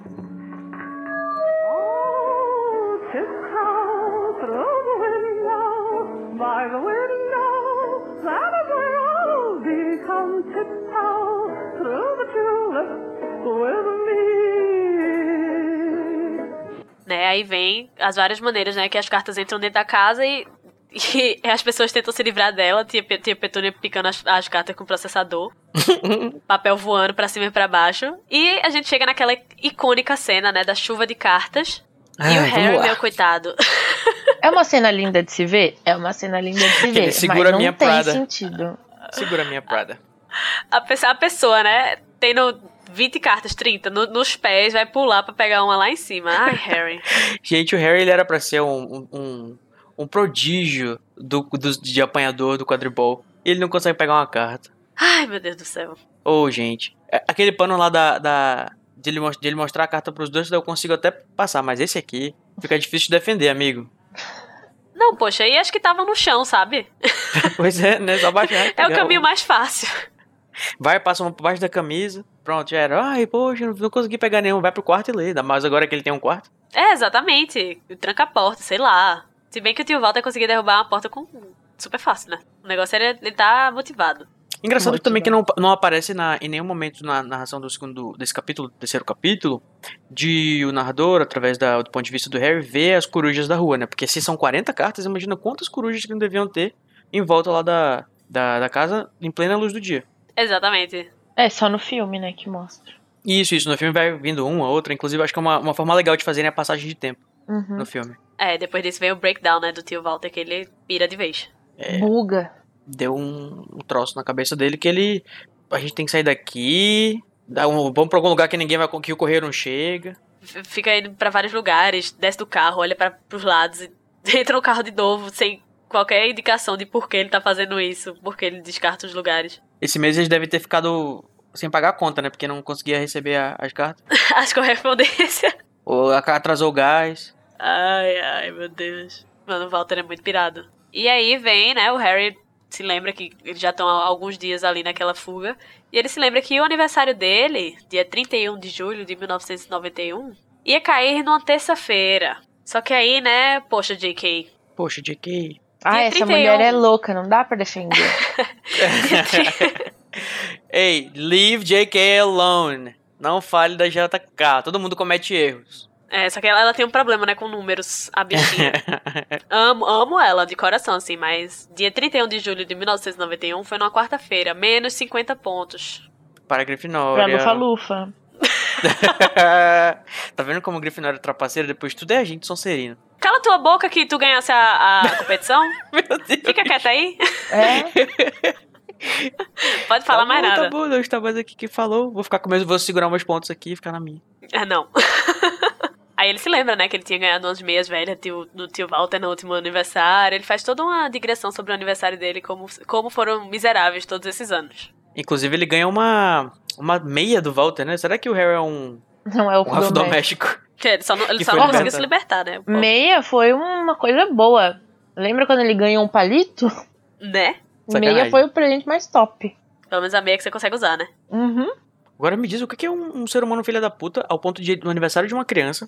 S1: Né? Aí vem as várias maneiras, né? Que as cartas entram dentro da casa e, e as pessoas tentam se livrar dela. Tinha, Pe- tinha Petúnia picando as, as cartas com o processador. papel voando pra cima e pra baixo. E a gente chega naquela icônica cena, né? Da chuva de cartas. e o
S2: Ai, Ah, vamos
S1: Harry,
S2: lá.
S1: meu coitado.
S3: É uma cena linda de se ver? É uma cena linda de se ver.
S2: Ele segura
S3: mas não
S2: a minha
S3: tem
S2: Prada.
S3: sentido.
S2: Segura a minha Prada.
S1: A pessoa, a pessoa, né? Tendo 20 cartas, 30, no- nos pés, vai pular pra pegar uma lá em cima. Ai, Harry.
S2: Gente, o Harry ele era pra ser um, um- um, um prodígio do, do- de apanhador do quadribol. Ele não consegue pegar uma carta.
S1: Ai, meu Deus do céu.
S2: Ô, gente. é- Aquele pano lá da. da de, ele, mos- de ele mostrar a carta pros dois, eu consigo até passar, mas esse aqui fica difícil de defender, amigo.
S1: Não, poxa, e acho que estavam no chão, sabe?
S2: Pois é, né? Só baixar.
S1: É o caminho mais fácil.
S2: Vai, passa uma por baixo da camisa. Pronto, já era. Ai, poxa, não- não consegui pegar nenhum. Vai pro quarto e lê. Ainda mais agora que ele tem um quarto.
S1: É, exatamente. Tranca a porta, sei lá. Se bem que o tio Walter conseguia derrubar uma porta com. Super fácil, né? O negócio era ele tá motivado.
S2: Engraçado
S3: Ótimo.
S2: também que não, não aparece na- em nenhum momento na narração do segundo, desse capítulo, terceiro capítulo, de o narrador, através da- do ponto de vista do Harry, ver as corujas da rua, né? Porque se são 40 cartas, imagina quantas corujas que não deviam ter em volta lá da, da, da casa em plena luz do dia.
S1: Exatamente.
S3: É só no filme, né, que mostra.
S2: Isso, isso. No filme vai vindo uma, outra. Inclusive, acho que é uma, uma forma legal de fazerem a passagem de tempo
S3: Uhum.
S2: no filme.
S1: É, depois disso vem o breakdown, né, do tio Walter, que ele pira de vez.
S2: É.
S3: Buga.
S2: deu um, um troço na cabeça dele que ele. A gente tem que sair daqui. Dá um, vamos pra algum lugar que ninguém vai. que o correio não chega.
S1: F- Fica indo pra vários lugares, desce do carro, olha para pros lados e entra no carro de novo, sem qualquer indicação de por que ele tá fazendo isso, por que ele descarta os lugares.
S2: Esse mês eles devem ter ficado sem pagar a conta, né? Porque não conseguia receber a- as cartas.
S1: As correspondências.
S2: Ou a- atrasou o gás.
S1: Ai, ai, meu Deus. Mano, o Walter é muito pirado. E aí vem, né, o Harry se lembra que eles já estão há alguns dias ali naquela fuga. E ele se lembra que o aniversário dele, dia 31 de julho de 1991, ia cair numa terça-feira. Só que aí, né, poxa, JK.
S2: Poxa, JK.
S3: Ah,
S1: Dia
S3: essa
S1: 31.
S3: mulher é louca, não dá pra defender.
S2: Ei, leave JK alone. Não fale da JK. Todo mundo comete erros.
S1: É, só que ela, ela tem um problema, né, com números, a bichinha. amo, amo ela de coração, assim, mas dia 31 de julho de 1991 foi numa quarta-feira, menos 50 pontos.
S2: Para a Grifinória.
S3: pra Lufa-Lufa.
S2: tá vendo como a Grifinória é trapaceira? Depois tudo é a gente, Sonserino.
S1: Cala tua boca que tu ganhasse a, a competição.
S2: Meu Deus.
S1: Fica quieta aí.
S3: É,
S1: Pode falar
S2: tá
S1: mais
S2: bom,
S1: nada.
S2: Tá bom, Deus tá mais aqui que falou. Vou ficar com meus, vou segurar meus pontos aqui e ficar na minha.
S1: Ah, não. Ah, Aí Aí ele se lembra, né, que ele tinha ganhado umas meias velhas do, do tio Walter no último aniversário. Ele faz toda uma digressão sobre o aniversário dele, como, como foram miseráveis todos esses anos.
S2: Inclusive, ele ganha uma, uma meia do Walter, né? Será que o Harry é um,
S3: Não é o
S2: um elfo
S3: doméstico.
S2: doméstico?
S1: Que ele só não, ele
S2: Que
S1: só
S2: foi
S1: não conseguiu
S2: libertado.
S1: se libertar, né?
S3: Meia foi uma coisa boa. Lembra quando ele ganhou um palito?
S1: Né?
S2: Sacanagem.
S3: Meia foi o presente mais top.
S1: Pelo menos a meia que você consegue usar, né?
S3: Uhum.
S2: Agora me diz o que que é um, um ser humano filha da puta ao ponto de, no aniversário de uma criança,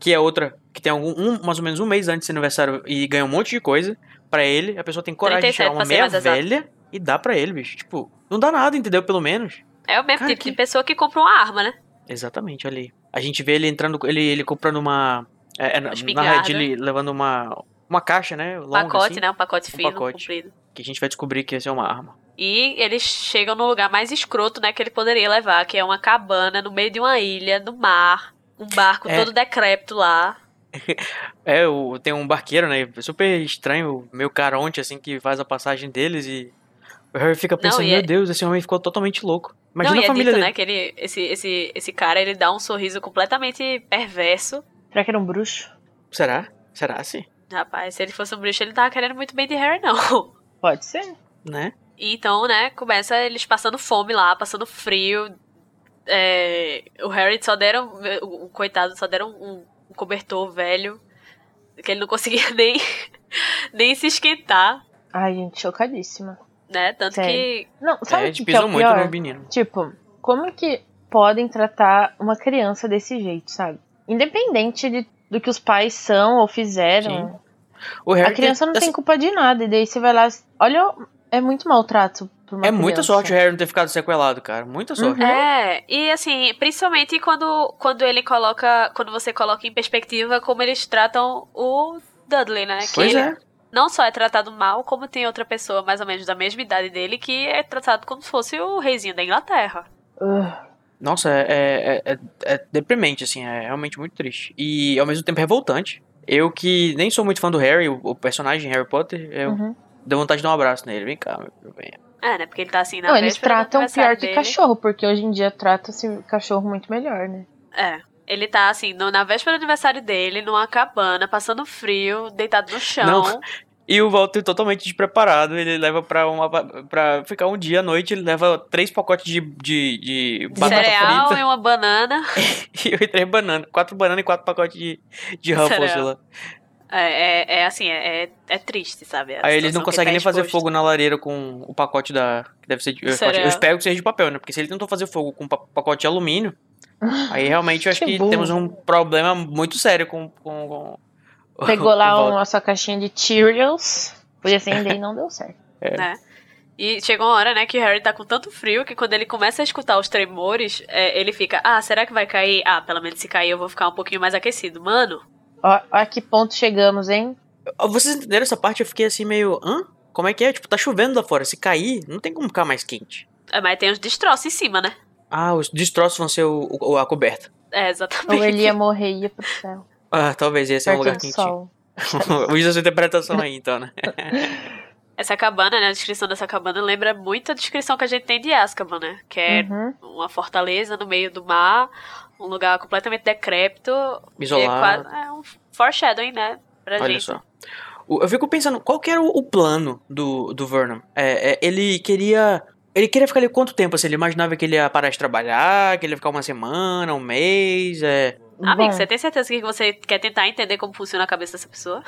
S2: que é outra, que tem algum, um- mais ou menos um mês antes do aniversário e ganha um monte de coisa, pra ele, a pessoa tem coragem
S1: 37,
S2: de tirar uma
S1: pra ser
S2: meia
S1: mais exato.
S2: velha e dá pra ele, bicho. Tipo, não dá nada, entendeu? Pelo menos.
S1: É o mesmo
S2: Cara,
S1: tipo
S2: que-
S1: de pessoa que compra uma arma, né?
S2: Exatamente, olha aí. A gente vê ele entrando, ele, ele comprando uma. É, é, na na
S1: espingarda.
S2: Red, ele levando uma, uma caixa, né? Longa,
S1: pacote,
S2: assim,
S1: né? Um pacote
S2: Um
S1: fino,
S2: pacote.
S1: comprido.
S2: Que a gente vai descobrir que essa é uma arma.
S1: E eles chegam no lugar mais escroto, né, que ele poderia levar, que é uma cabana no meio de uma ilha, no mar, um barco
S2: É.
S1: todo decrépito lá.
S2: É, o, tem um barqueiro, né? Super estranho, meio caronte, assim, que faz a passagem deles e. O Harry fica pensando,
S1: e
S2: meu
S1: é-
S2: Deus, esse homem ficou totalmente louco. Imagina
S1: Não, e
S2: a
S1: é
S2: família
S1: dito,
S2: dele.
S1: né, que ele, esse, esse, esse cara, ele dá um sorriso completamente perverso.
S3: Será que era um bruxo?
S1: né?
S2: Será? Será sim?
S1: Rapaz, se ele fosse um bruxo, ele não tava querendo muito bem de Harry, não.
S3: Pode ser.
S2: Né?
S1: E então, né, começa eles passando fome lá, passando frio. É, o Harry só deram, o o coitado, só deram um, um cobertor velho, que ele não conseguia nem, nem se esquentar,
S3: Ai, gente, chocadíssima.
S1: né? Tanto
S3: Sério.
S1: que
S3: Não, sabe
S2: é,
S3: o que
S2: eles
S3: que é
S2: pisam
S3: o
S2: muito
S3: pior?
S2: no menino.
S3: Tipo, como que podem tratar uma criança desse jeito, sabe? Independente de, do que os pais são ou fizeram.
S2: O Harry assim,
S3: A criança não tem culpa de nada. E daí você vai lá. Olha, é muito maltrato pra uma
S2: É muita
S3: criança.
S2: sorte o Harry não ter ficado sequelado, cara. Muita sorte.
S1: É, e assim, principalmente quando, quando ele coloca. Quando você coloca em perspectiva como eles tratam o Dudley, né? Que
S2: Pois
S1: ele
S2: é.
S1: não só é tratado mal, como tem outra pessoa mais ou menos da mesma idade dele que é tratado como se fosse o reizinho da Inglaterra.
S2: é.
S3: Ugh,
S2: Nossa, é, é- é- é deprimente, assim, é realmente muito triste. E ao mesmo tempo é revoltante. Eu que nem sou muito fã do Harry, o, o personagem Harry Potter, eu
S3: uhum.
S2: deu vontade de dar um abraço nele. Vem cá, meu bem.
S1: É, né? Porque ele tá assim na
S3: Não, eles
S1: véspera do
S3: tratam pior
S1: aniversário
S3: que
S1: dele.
S3: cachorro, porque hoje em dia trata-se cachorro muito melhor, né?
S1: É. Ele tá assim, no- na véspera do aniversário dele, numa cabana, passando frio, deitado no chão.
S2: Não. E o Walter totalmente despreparado, ele leva pra uma. pra ficar um dia à noite, ele leva três pacotes de, de, de
S1: de
S2: batata
S1: cereal
S2: frita
S1: e uma banana.
S2: e três bananas. Quatro bananas e quatro pacotes de, de Ruffles
S1: Cereal.
S2: lá.
S1: É, é, é assim, é, é- é triste, sabe? A
S2: Aí eles
S1: situação
S2: não
S1: que
S2: conseguem
S1: tá
S2: nem fazer
S1: exposto.
S2: fogo na lareira com o pacote da. Que deve ser de. Eu
S1: Cereal.
S2: espero que seja de papel, né? Porque se ele tentou fazer fogo com pa- pacote de alumínio, aí realmente eu acho
S3: Que
S2: que
S3: burro.
S2: temos um problema muito sério com. com, com o-
S3: Pegou
S2: o
S3: lá um
S2: Walter.
S3: uma sua caixinha de Cheerios. Podia acender e não deu certo.
S1: E chega uma hora, né, que o Harry tá com tanto frio que quando ele começa a escutar os tremores, é, ele fica, ah, será que vai cair? Ah, pelo menos se cair eu vou ficar um pouquinho mais aquecido. Mano,
S3: Ó, ó a que ponto chegamos, hein?
S2: Ah, Vocês entenderam essa parte? Eu fiquei assim meio. hã? Como é que é? Tipo, tá chovendo lá fora. Se cair, não tem como ficar mais quente.
S1: é, mas tem os destroços em cima, né?
S2: Ah, os destroços vão ser o, o- a coberta.
S1: É,
S3: Ou
S1: exatamente.
S3: ele ia morrer e ia pro céu.
S2: Ah, talvez ia ser um
S3: perto
S2: lugar
S3: do
S2: quentinho.
S3: sol.
S2: Usa a sua interpretação aí, então, né?
S1: Essa cabana, né, a descrição dessa cabana lembra muito a descrição que a gente tem de Azkaban, né? Que é
S3: Uhum.
S1: uma fortaleza no meio do mar, um lugar completamente decrépito. e
S2: Isolado.
S1: quase- é um foreshadowing, né, pra
S2: Olha
S1: gente.
S2: só. O- Eu fico pensando, qual que era o, o plano do, do Vernon? É, é, ele queria. Ele queria ficar ali quanto tempo? Assim, ele imaginava que ele ia parar de trabalhar, que ele ia ficar uma semana, um mês. É...
S1: Amigo,
S3: Bom,
S1: você tem certeza que você quer tentar entender como funciona a cabeça dessa pessoa?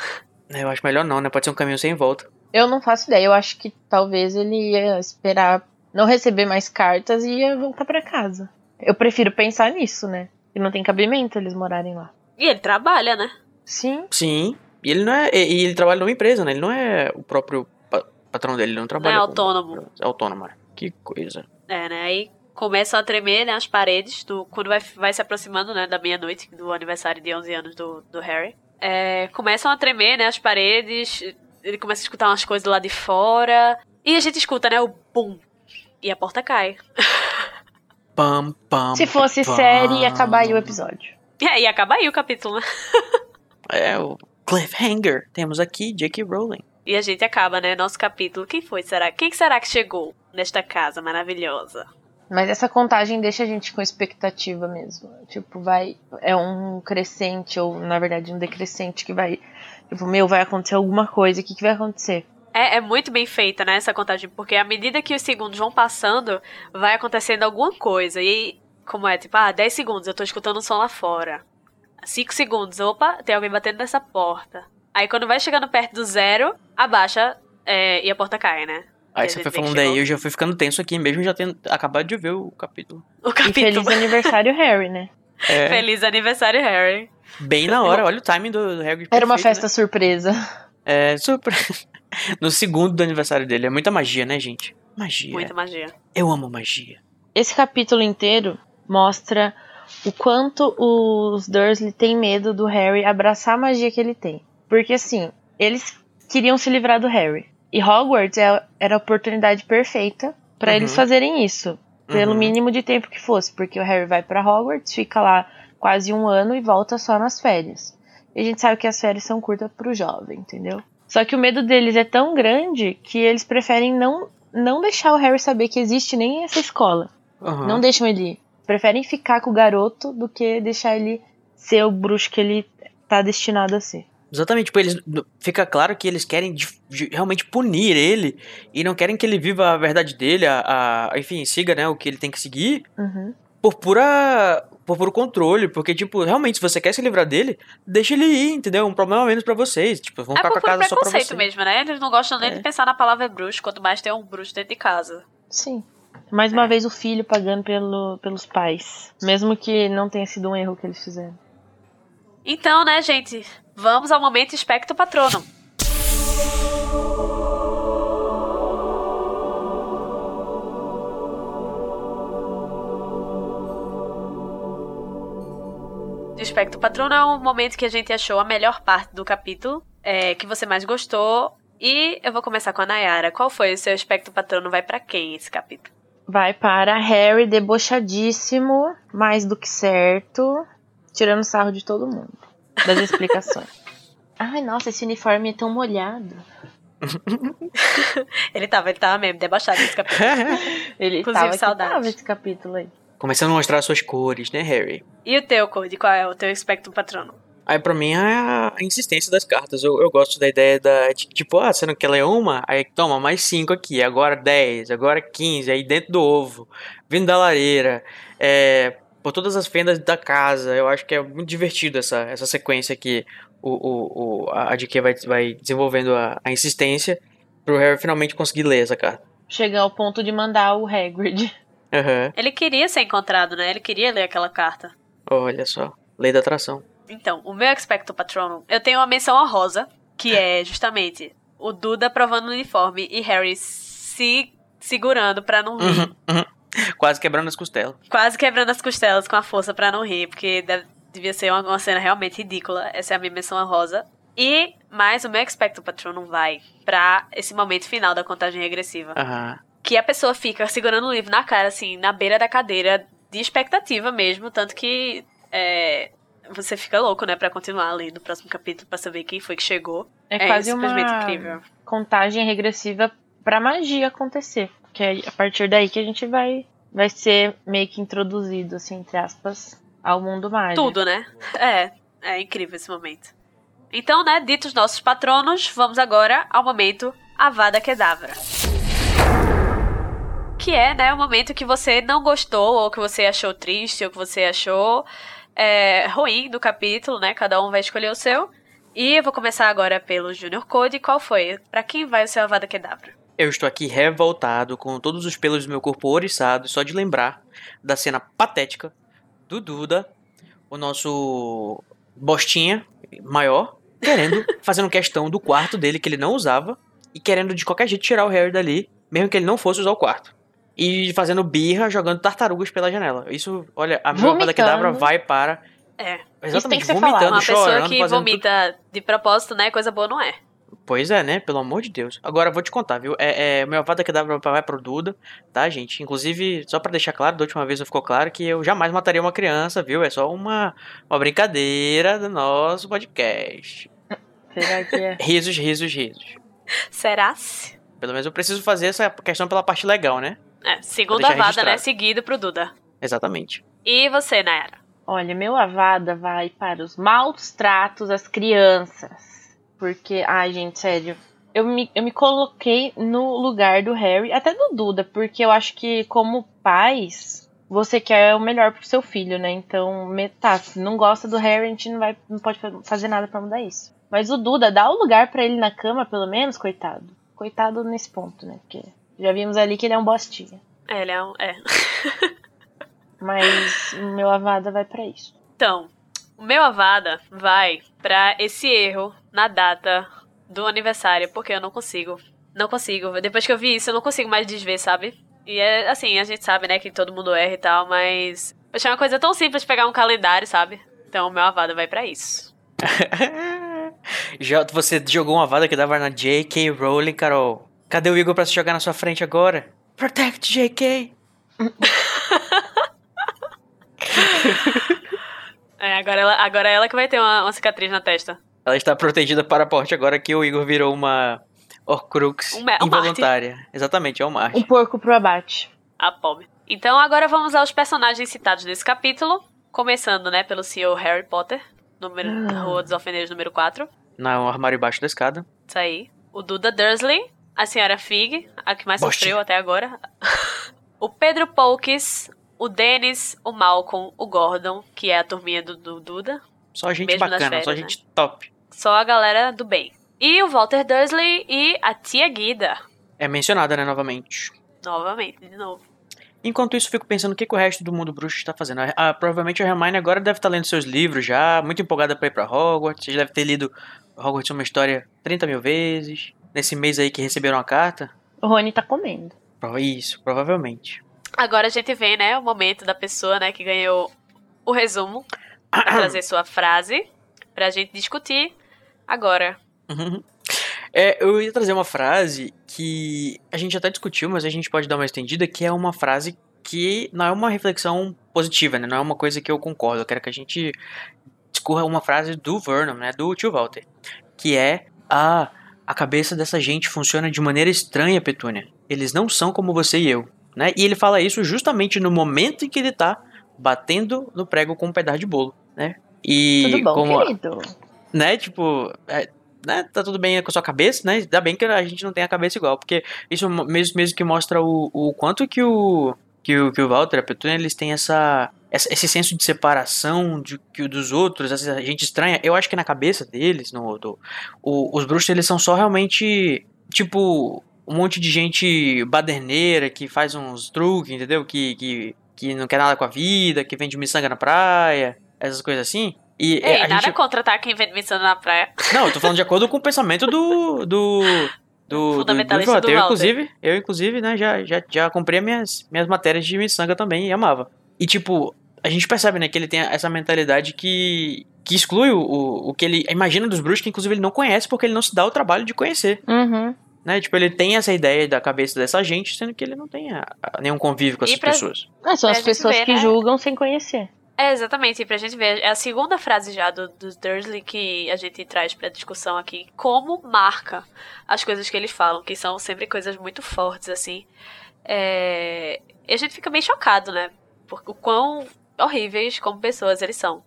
S2: Eu acho melhor não, né? Pode ser um caminho sem volta.
S3: Eu não faço ideia. Eu acho que talvez ele ia esperar não receber mais cartas e ia voltar pra casa. Eu prefiro pensar nisso, né? Que não tem cabimento eles morarem lá.
S1: E ele trabalha, né?
S3: Sim.
S2: Sim. E ele não é. E e ele trabalha numa empresa, né? Ele não é o próprio pa- patrão dele, ele não
S1: Não é
S2: trabalha. com-
S1: autônomo.
S2: É autônomo, é. Que coisa.
S1: É, né? Aí começam a tremer né, as paredes do, quando vai, vai se aproximando né, da meia-noite, do aniversário de 11 anos do, do Harry. É, começam a tremer né, as paredes, ele começa a escutar umas coisas lá de fora. E a gente escuta, né? O bum. E a porta cai.
S2: Pam, pam,
S3: Se fosse
S2: pam.
S3: série, ia acabar aí o episódio.
S1: E aí acaba aí o capítulo, né?
S2: É, o cliffhanger. Temos aqui J.K. Rowling.
S1: E a gente acaba, né? Nosso capítulo. Quem foi? Será? Quem será que chegou nesta casa maravilhosa?
S3: Mas essa contagem deixa a gente com expectativa mesmo. Tipo, vai. É um crescente, ou na verdade um decrescente que vai. Tipo, meu, vai acontecer alguma coisa, o que, que vai acontecer?
S1: É, é muito bem feita, né, essa contagem, porque à medida que os segundos vão passando, vai acontecendo alguma coisa. E como é, tipo, ah, 10 segundos, eu tô escutando o som lá fora. 5 segundos, opa, tem alguém batendo nessa porta. Aí quando vai chegando perto do zero, abaixa é, e a porta cai, né?
S2: Aí
S1: Quer
S2: você
S1: dizer,
S2: foi
S1: bem que
S2: falando
S1: chegou.
S2: aí, eu já fui ficando tenso aqui, mesmo já tendo acabado de ver o capítulo.
S1: O
S3: E feliz
S1: capítulo.
S3: aniversário, Harry, né?
S2: É,
S1: Feliz aniversário, Harry.
S2: bem na hora, olha o timing do, do Hagrid
S3: Era uma
S2: perfeito,
S3: festa surpresa.
S2: né? É, super. no segundo do aniversário dele, é muita magia, né, gente? Magia.
S1: Muita magia.
S2: Eu amo magia.
S3: Esse capítulo inteiro mostra o quanto os Dursley têm medo do Harry abraçar a magia que ele tem. Porque assim, eles queriam se livrar do Harry. E Hogwarts é- era a oportunidade perfeita pra
S2: Uhum.
S3: eles fazerem isso. Pelo
S2: Uhum.
S3: mínimo de tempo que fosse. Porque o Harry vai pra Hogwarts, fica lá quase um ano e volta só nas férias. E a gente sabe que as férias são curtas pro jovem, entendeu? Só que o medo deles é tão grande que eles preferem não, não deixar o Harry saber que existe nem essa escola.
S2: Aham.
S3: Não deixam ele ir. Preferem ficar com o garoto do que deixar ele ser o bruxo que ele tá destinado a ser.
S2: Exatamente, tipo, eles fica claro que eles querem de- de- realmente punir ele e não querem que ele viva a verdade dele, a, a- enfim, siga, né, o que ele tem que seguir
S3: Uhum.
S2: por pura por puro controle, porque tipo, realmente se você quer se livrar dele, deixa ele ir, entendeu? Um problema a menos pra vocês, tipo, vão
S1: É
S2: ficar com
S1: por
S2: a
S1: puro
S2: casa só pra
S1: preconceito
S2: você.
S1: mesmo, né? Eles não gostam nem
S2: É.
S1: de pensar na palavra bruxo, quanto mais tem um bruxo dentro de casa.
S3: Sim. Mais uma vez o filho pagando pelo, pelos pais. Mesmo que não tenha sido um erro que eles fizeram.
S1: Então, né, gente? Vamos ao momento espectro patrono. Espectro patrono é um momento que a gente achou a melhor parte do capítulo, é, que você mais gostou. E eu vou começar com a Nayara. Qual foi o seu espectro patrono? Vai pra quem esse capítulo?
S3: Vai para Harry debochadíssimo, mais do que certo, tirando sarro de todo mundo. Das explicações. Ai, nossa, esse uniforme é tão molhado.
S1: Ele tava, ele tava mesmo debochado nesse capítulo.
S3: Ele
S1: Inclusive,
S3: tava, que
S1: saudade.
S3: tava esse capítulo aí.
S2: Começando a mostrar suas cores, né, Harry?
S1: E o teu, Cody? Qual é o teu espectro patrono?
S2: Aí pra mim é a insistência das cartas. Eu, eu gosto da ideia da. de- Tipo, ah, você não quer ler uma? Aí toma mais cinco aqui, agora 10, agora 15, aí dentro do ovo, vindo da lareira, é, por todas as fendas da casa. Eu acho que é muito divertido essa, essa sequência que o, o, o, a a JK vai, vai desenvolvendo a, a insistência pro Harry finalmente conseguir ler essa carta.
S3: Chegar ao ponto de mandar o Hagrid.
S2: Aham,
S1: Ele queria ser encontrado, né? Ele queria ler aquela carta.
S2: olha só. Lei da atração.
S1: Então, o meu Expecto Patronum, eu tenho uma menção honrosa, que é justamente o Duda provando o uniforme e Harry se segurando pra não rir.
S2: Uhum, uhum. Quase quebrando as costelas.
S1: Quase quebrando as costelas com a força pra não rir, porque deve- devia ser uma, uma cena realmente ridícula. Essa é a minha menção honrosa. E mais o meu Expecto Patronum vai pra esse momento final da contagem regressiva.
S2: Aham.
S1: que a pessoa fica segurando o livro na cara, assim, na beira da cadeira, de expectativa mesmo, tanto que é, você fica louco, né, pra continuar lendo o próximo capítulo pra saber quem foi que chegou.
S3: É, quase
S1: simplesmente
S3: uma
S1: incrível.
S3: contagem regressiva pra magia acontecer. Que é a partir daí que a gente vai, vai ser meio que introduzido, assim, entre aspas, ao mundo mágico.
S1: Tudo, né? É, é incrível esse momento. Então, né, dito os nossos patronos, vamos agora ao momento Avada Kedavra. Que é, né, o momento que você não gostou, ou que você achou triste, ou que você achou é, ruim do capítulo, né? Cada um vai escolher o seu. E eu vou começar agora pelo Junior Code. Qual foi? Pra quem vai o seu Avada Kedavra? É
S2: Eu estou aqui revoltado com todos os pelos do meu corpo ouriçados só de lembrar da cena patética do Duda, o nosso bostinha maior, querendo, fazendo questão do quarto dele que ele não usava e querendo de qualquer jeito tirar o Harry dali, mesmo que ele não fosse usar o quarto. E fazendo birra, jogando tartarugas pela janela. Isso, olha, a minha
S3: Vomitando.
S2: que dava vai para.
S1: É.
S2: Exatamente,
S3: ser
S2: vomitando,
S3: falado.
S1: Uma
S2: chorando,
S1: pessoa que
S2: fazendo tudo.
S1: vomita de propósito, né? Coisa boa não é.
S2: Pois é, né? Pelo amor de Deus. Agora eu vou te contar, viu? É, é, meu avada que dá pra vai pro Duda, tá, gente? Inclusive, só pra deixar claro, da última vez não ficou claro que eu jamais mataria uma criança, viu? É só uma, uma brincadeira do nosso podcast.
S3: Será que é?
S2: Risos, risos, risos.
S1: Será? -se?
S2: Pelo menos eu preciso fazer essa questão pela parte legal, né?
S1: É, segundo
S2: Pra
S1: a
S2: deixar
S1: Vada, né?
S2: registrado.
S1: Seguido pro Duda.
S2: Exatamente.
S1: E você, Nayara?
S3: Olha, meu avada vai para os maus tratos às crianças. Porque, ai, gente, sério. Eu me, eu me coloquei no lugar do Harry, até do Duda, porque eu acho que, como pais, você quer o melhor pro seu filho, né? Então, me- tá, se não gosta do Harry, a gente não, vai, não pode fa- fazer nada pra mudar isso. Mas o Duda, dá o lugar pra ele na cama, pelo menos, coitado. Coitado nesse ponto, né? Porque já vimos ali que ele é um bostinha.
S1: É, ele é um. É.
S3: Mas meu avada vai pra isso.
S1: Então, o meu Avada vai pra esse erro na data do aniversário, porque eu não consigo. Não consigo. Depois que eu vi isso, eu não consigo mais desver, sabe? E é assim, a gente sabe, né, que todo mundo erra e tal, mas. Eu achei uma coisa tão simples pegar um calendário, sabe? Então, o meu Avada vai pra isso.
S2: Já, você jogou um uma vada que dava na J.K. Rowling, Carol. Cadê o Igor pra se jogar na sua frente agora? Protect J.K.
S1: É, agora ela, agora ela que vai ter uma, uma cicatriz na testa.
S2: Ela está protegida para a porte agora que o Igor virou uma Horcrux
S1: Um me- um
S2: involuntária. Exatamente, é o Marte.
S3: Um porco pro abate.
S1: A pobre. Então agora vamos aos personagens citados nesse capítulo. Começando, né, pelo Sr. Harry Potter, número,
S3: Ah.
S1: Rua dos Alfeneiros número 4.
S2: No um armário embaixo da escada.
S1: Isso aí. O Duda Dursley, a senhora Fig, a que mais
S2: Bosta.
S1: sofreu até agora. o Pedro Polkis, o Dennis, o Malcolm, o Gordon, que é a turminha do, do Duda.
S2: Só gente
S1: Mesmo nas
S2: bacana, só
S1: férias,
S2: gente top.
S1: Só a galera do bem. E o Walter Dursley e a tia Guida.
S2: É mencionada, né, novamente.
S1: Novamente, de novo.
S2: Enquanto isso, eu fico pensando o que, que o resto do mundo bruxo está fazendo. Ah, provavelmente a Hermione agora deve estar lendo seus livros já, muito empolgada para ir para Hogwarts. Vocês devem ter lido Hogwarts é uma história 30 mil vezes. Nesse mês aí que receberam a carta.
S3: O Rony tá comendo.
S2: Prova- Isso, provavelmente.
S1: Agora a gente vê, né, o momento da pessoa, né, que ganhou o resumo. pra trazer sua frase pra gente discutir agora.
S2: Uhum. É, eu ia trazer uma frase que a gente até discutiu, mas a gente pode dar uma estendida, que é uma frase que não é uma reflexão positiva, né? Não é uma coisa que eu concordo. Eu quero que a gente discorra uma frase do Vernon, né? Do tio Walter. Que é, ah, a cabeça dessa gente funciona de maneira estranha, Petúnia. Eles não são como você e eu, né? E ele fala isso justamente no momento em que ele tá batendo no prego com um pedaço de bolo, né? E
S3: Tudo bom,
S2: como
S3: querido?
S2: né? Tipo, é, né? Tá tudo bem com a sua cabeça, né? Ainda bem que a gente não tem a cabeça igual, porque isso mo- mesmo, mesmo que mostra o, o quanto que o, que o que o Walter e a Petunia, eles têm essa, essa- esse senso de separação de, que o dos outros, essa gente estranha. Eu acho que na cabeça deles, no, do, o- os bruxos, eles são só realmente, tipo, um monte de gente baderneira que faz uns truques, entendeu? Que, que, que não quer nada com a vida, que vende miçanga na praia, essas coisas assim. E é,
S1: Ei,
S2: a
S1: nada
S2: gente...
S1: contra, tá? Quem vende miçanga na praia.
S2: Não, eu tô falando de acordo com o pensamento do. do. do.
S1: Fundamentalista
S2: Bruce
S1: do
S2: Walter. eu,
S1: Walter.
S2: inclusive, eu, inclusive, né, já, já, já comprei minhas, minhas matérias de miçanga também e amava. E, tipo, a gente percebe, né, que ele tem essa mentalidade que. que exclui o, o, o que ele imagina dos bruxos, que inclusive ele não conhece porque ele não se dá o trabalho de conhecer.
S3: Uhum.
S2: Né? Tipo, ele tem essa ideia da cabeça dessa gente, sendo que ele não tem a- a- nenhum convívio com
S1: E
S2: essas
S1: pra-
S2: pessoas.
S3: Ah, são
S1: É, a
S3: as
S1: gente
S3: pessoas
S1: vê,
S3: que
S1: né?
S3: julgam sem conhecer.
S1: É, exatamente, e pra gente ver, é a segunda frase já do, do Dursley que a gente traz pra discussão aqui, como marca as coisas que eles falam, que são sempre coisas muito fortes, assim. É, E a gente fica bem chocado, né? Por o quão horríveis como pessoas eles são.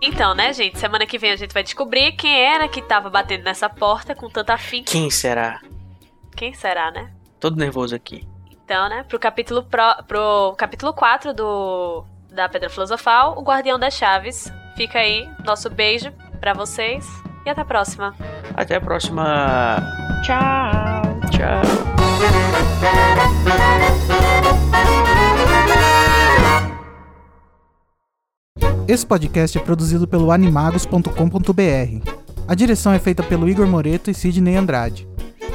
S1: Então, né, gente? Semana que vem a gente vai descobrir quem era que tava batendo nessa porta com tanta afinco.
S2: Quem será?
S1: Quem será, né?
S2: Todo nervoso aqui.
S1: Então, né, pro capítulo, pro, pro capítulo 4 do, da Pedra Filosofal, o Guardião das Chaves. Fica aí, nosso beijo pra vocês e até a próxima.
S2: Até a próxima.
S3: Tchau.
S2: Tchau.
S4: Esse podcast é produzido pelo animagos.com.br. A direção é feita pelo Igor Moreto e Sidney Andrade.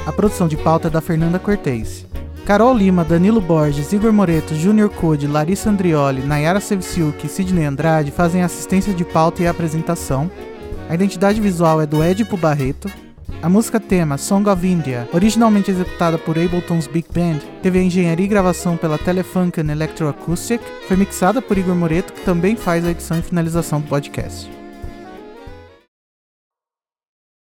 S4: A produção de pauta é da Fernanda Cortez. Carol Lima, Danilo Borges, Igor Moreto, Júnior Code, Larissa Andrioli, Nayara Sevciuk e Sidney Andrade fazem assistência de pauta e apresentação. A identidade visual é do Edipo Barreto. A música tema Song of India, originalmente executada por Ableton's Big Band, teve a engenharia e gravação pela Telefunken Electroacoustic, foi mixada por Igor Moreto, que também faz a edição e finalização do podcast.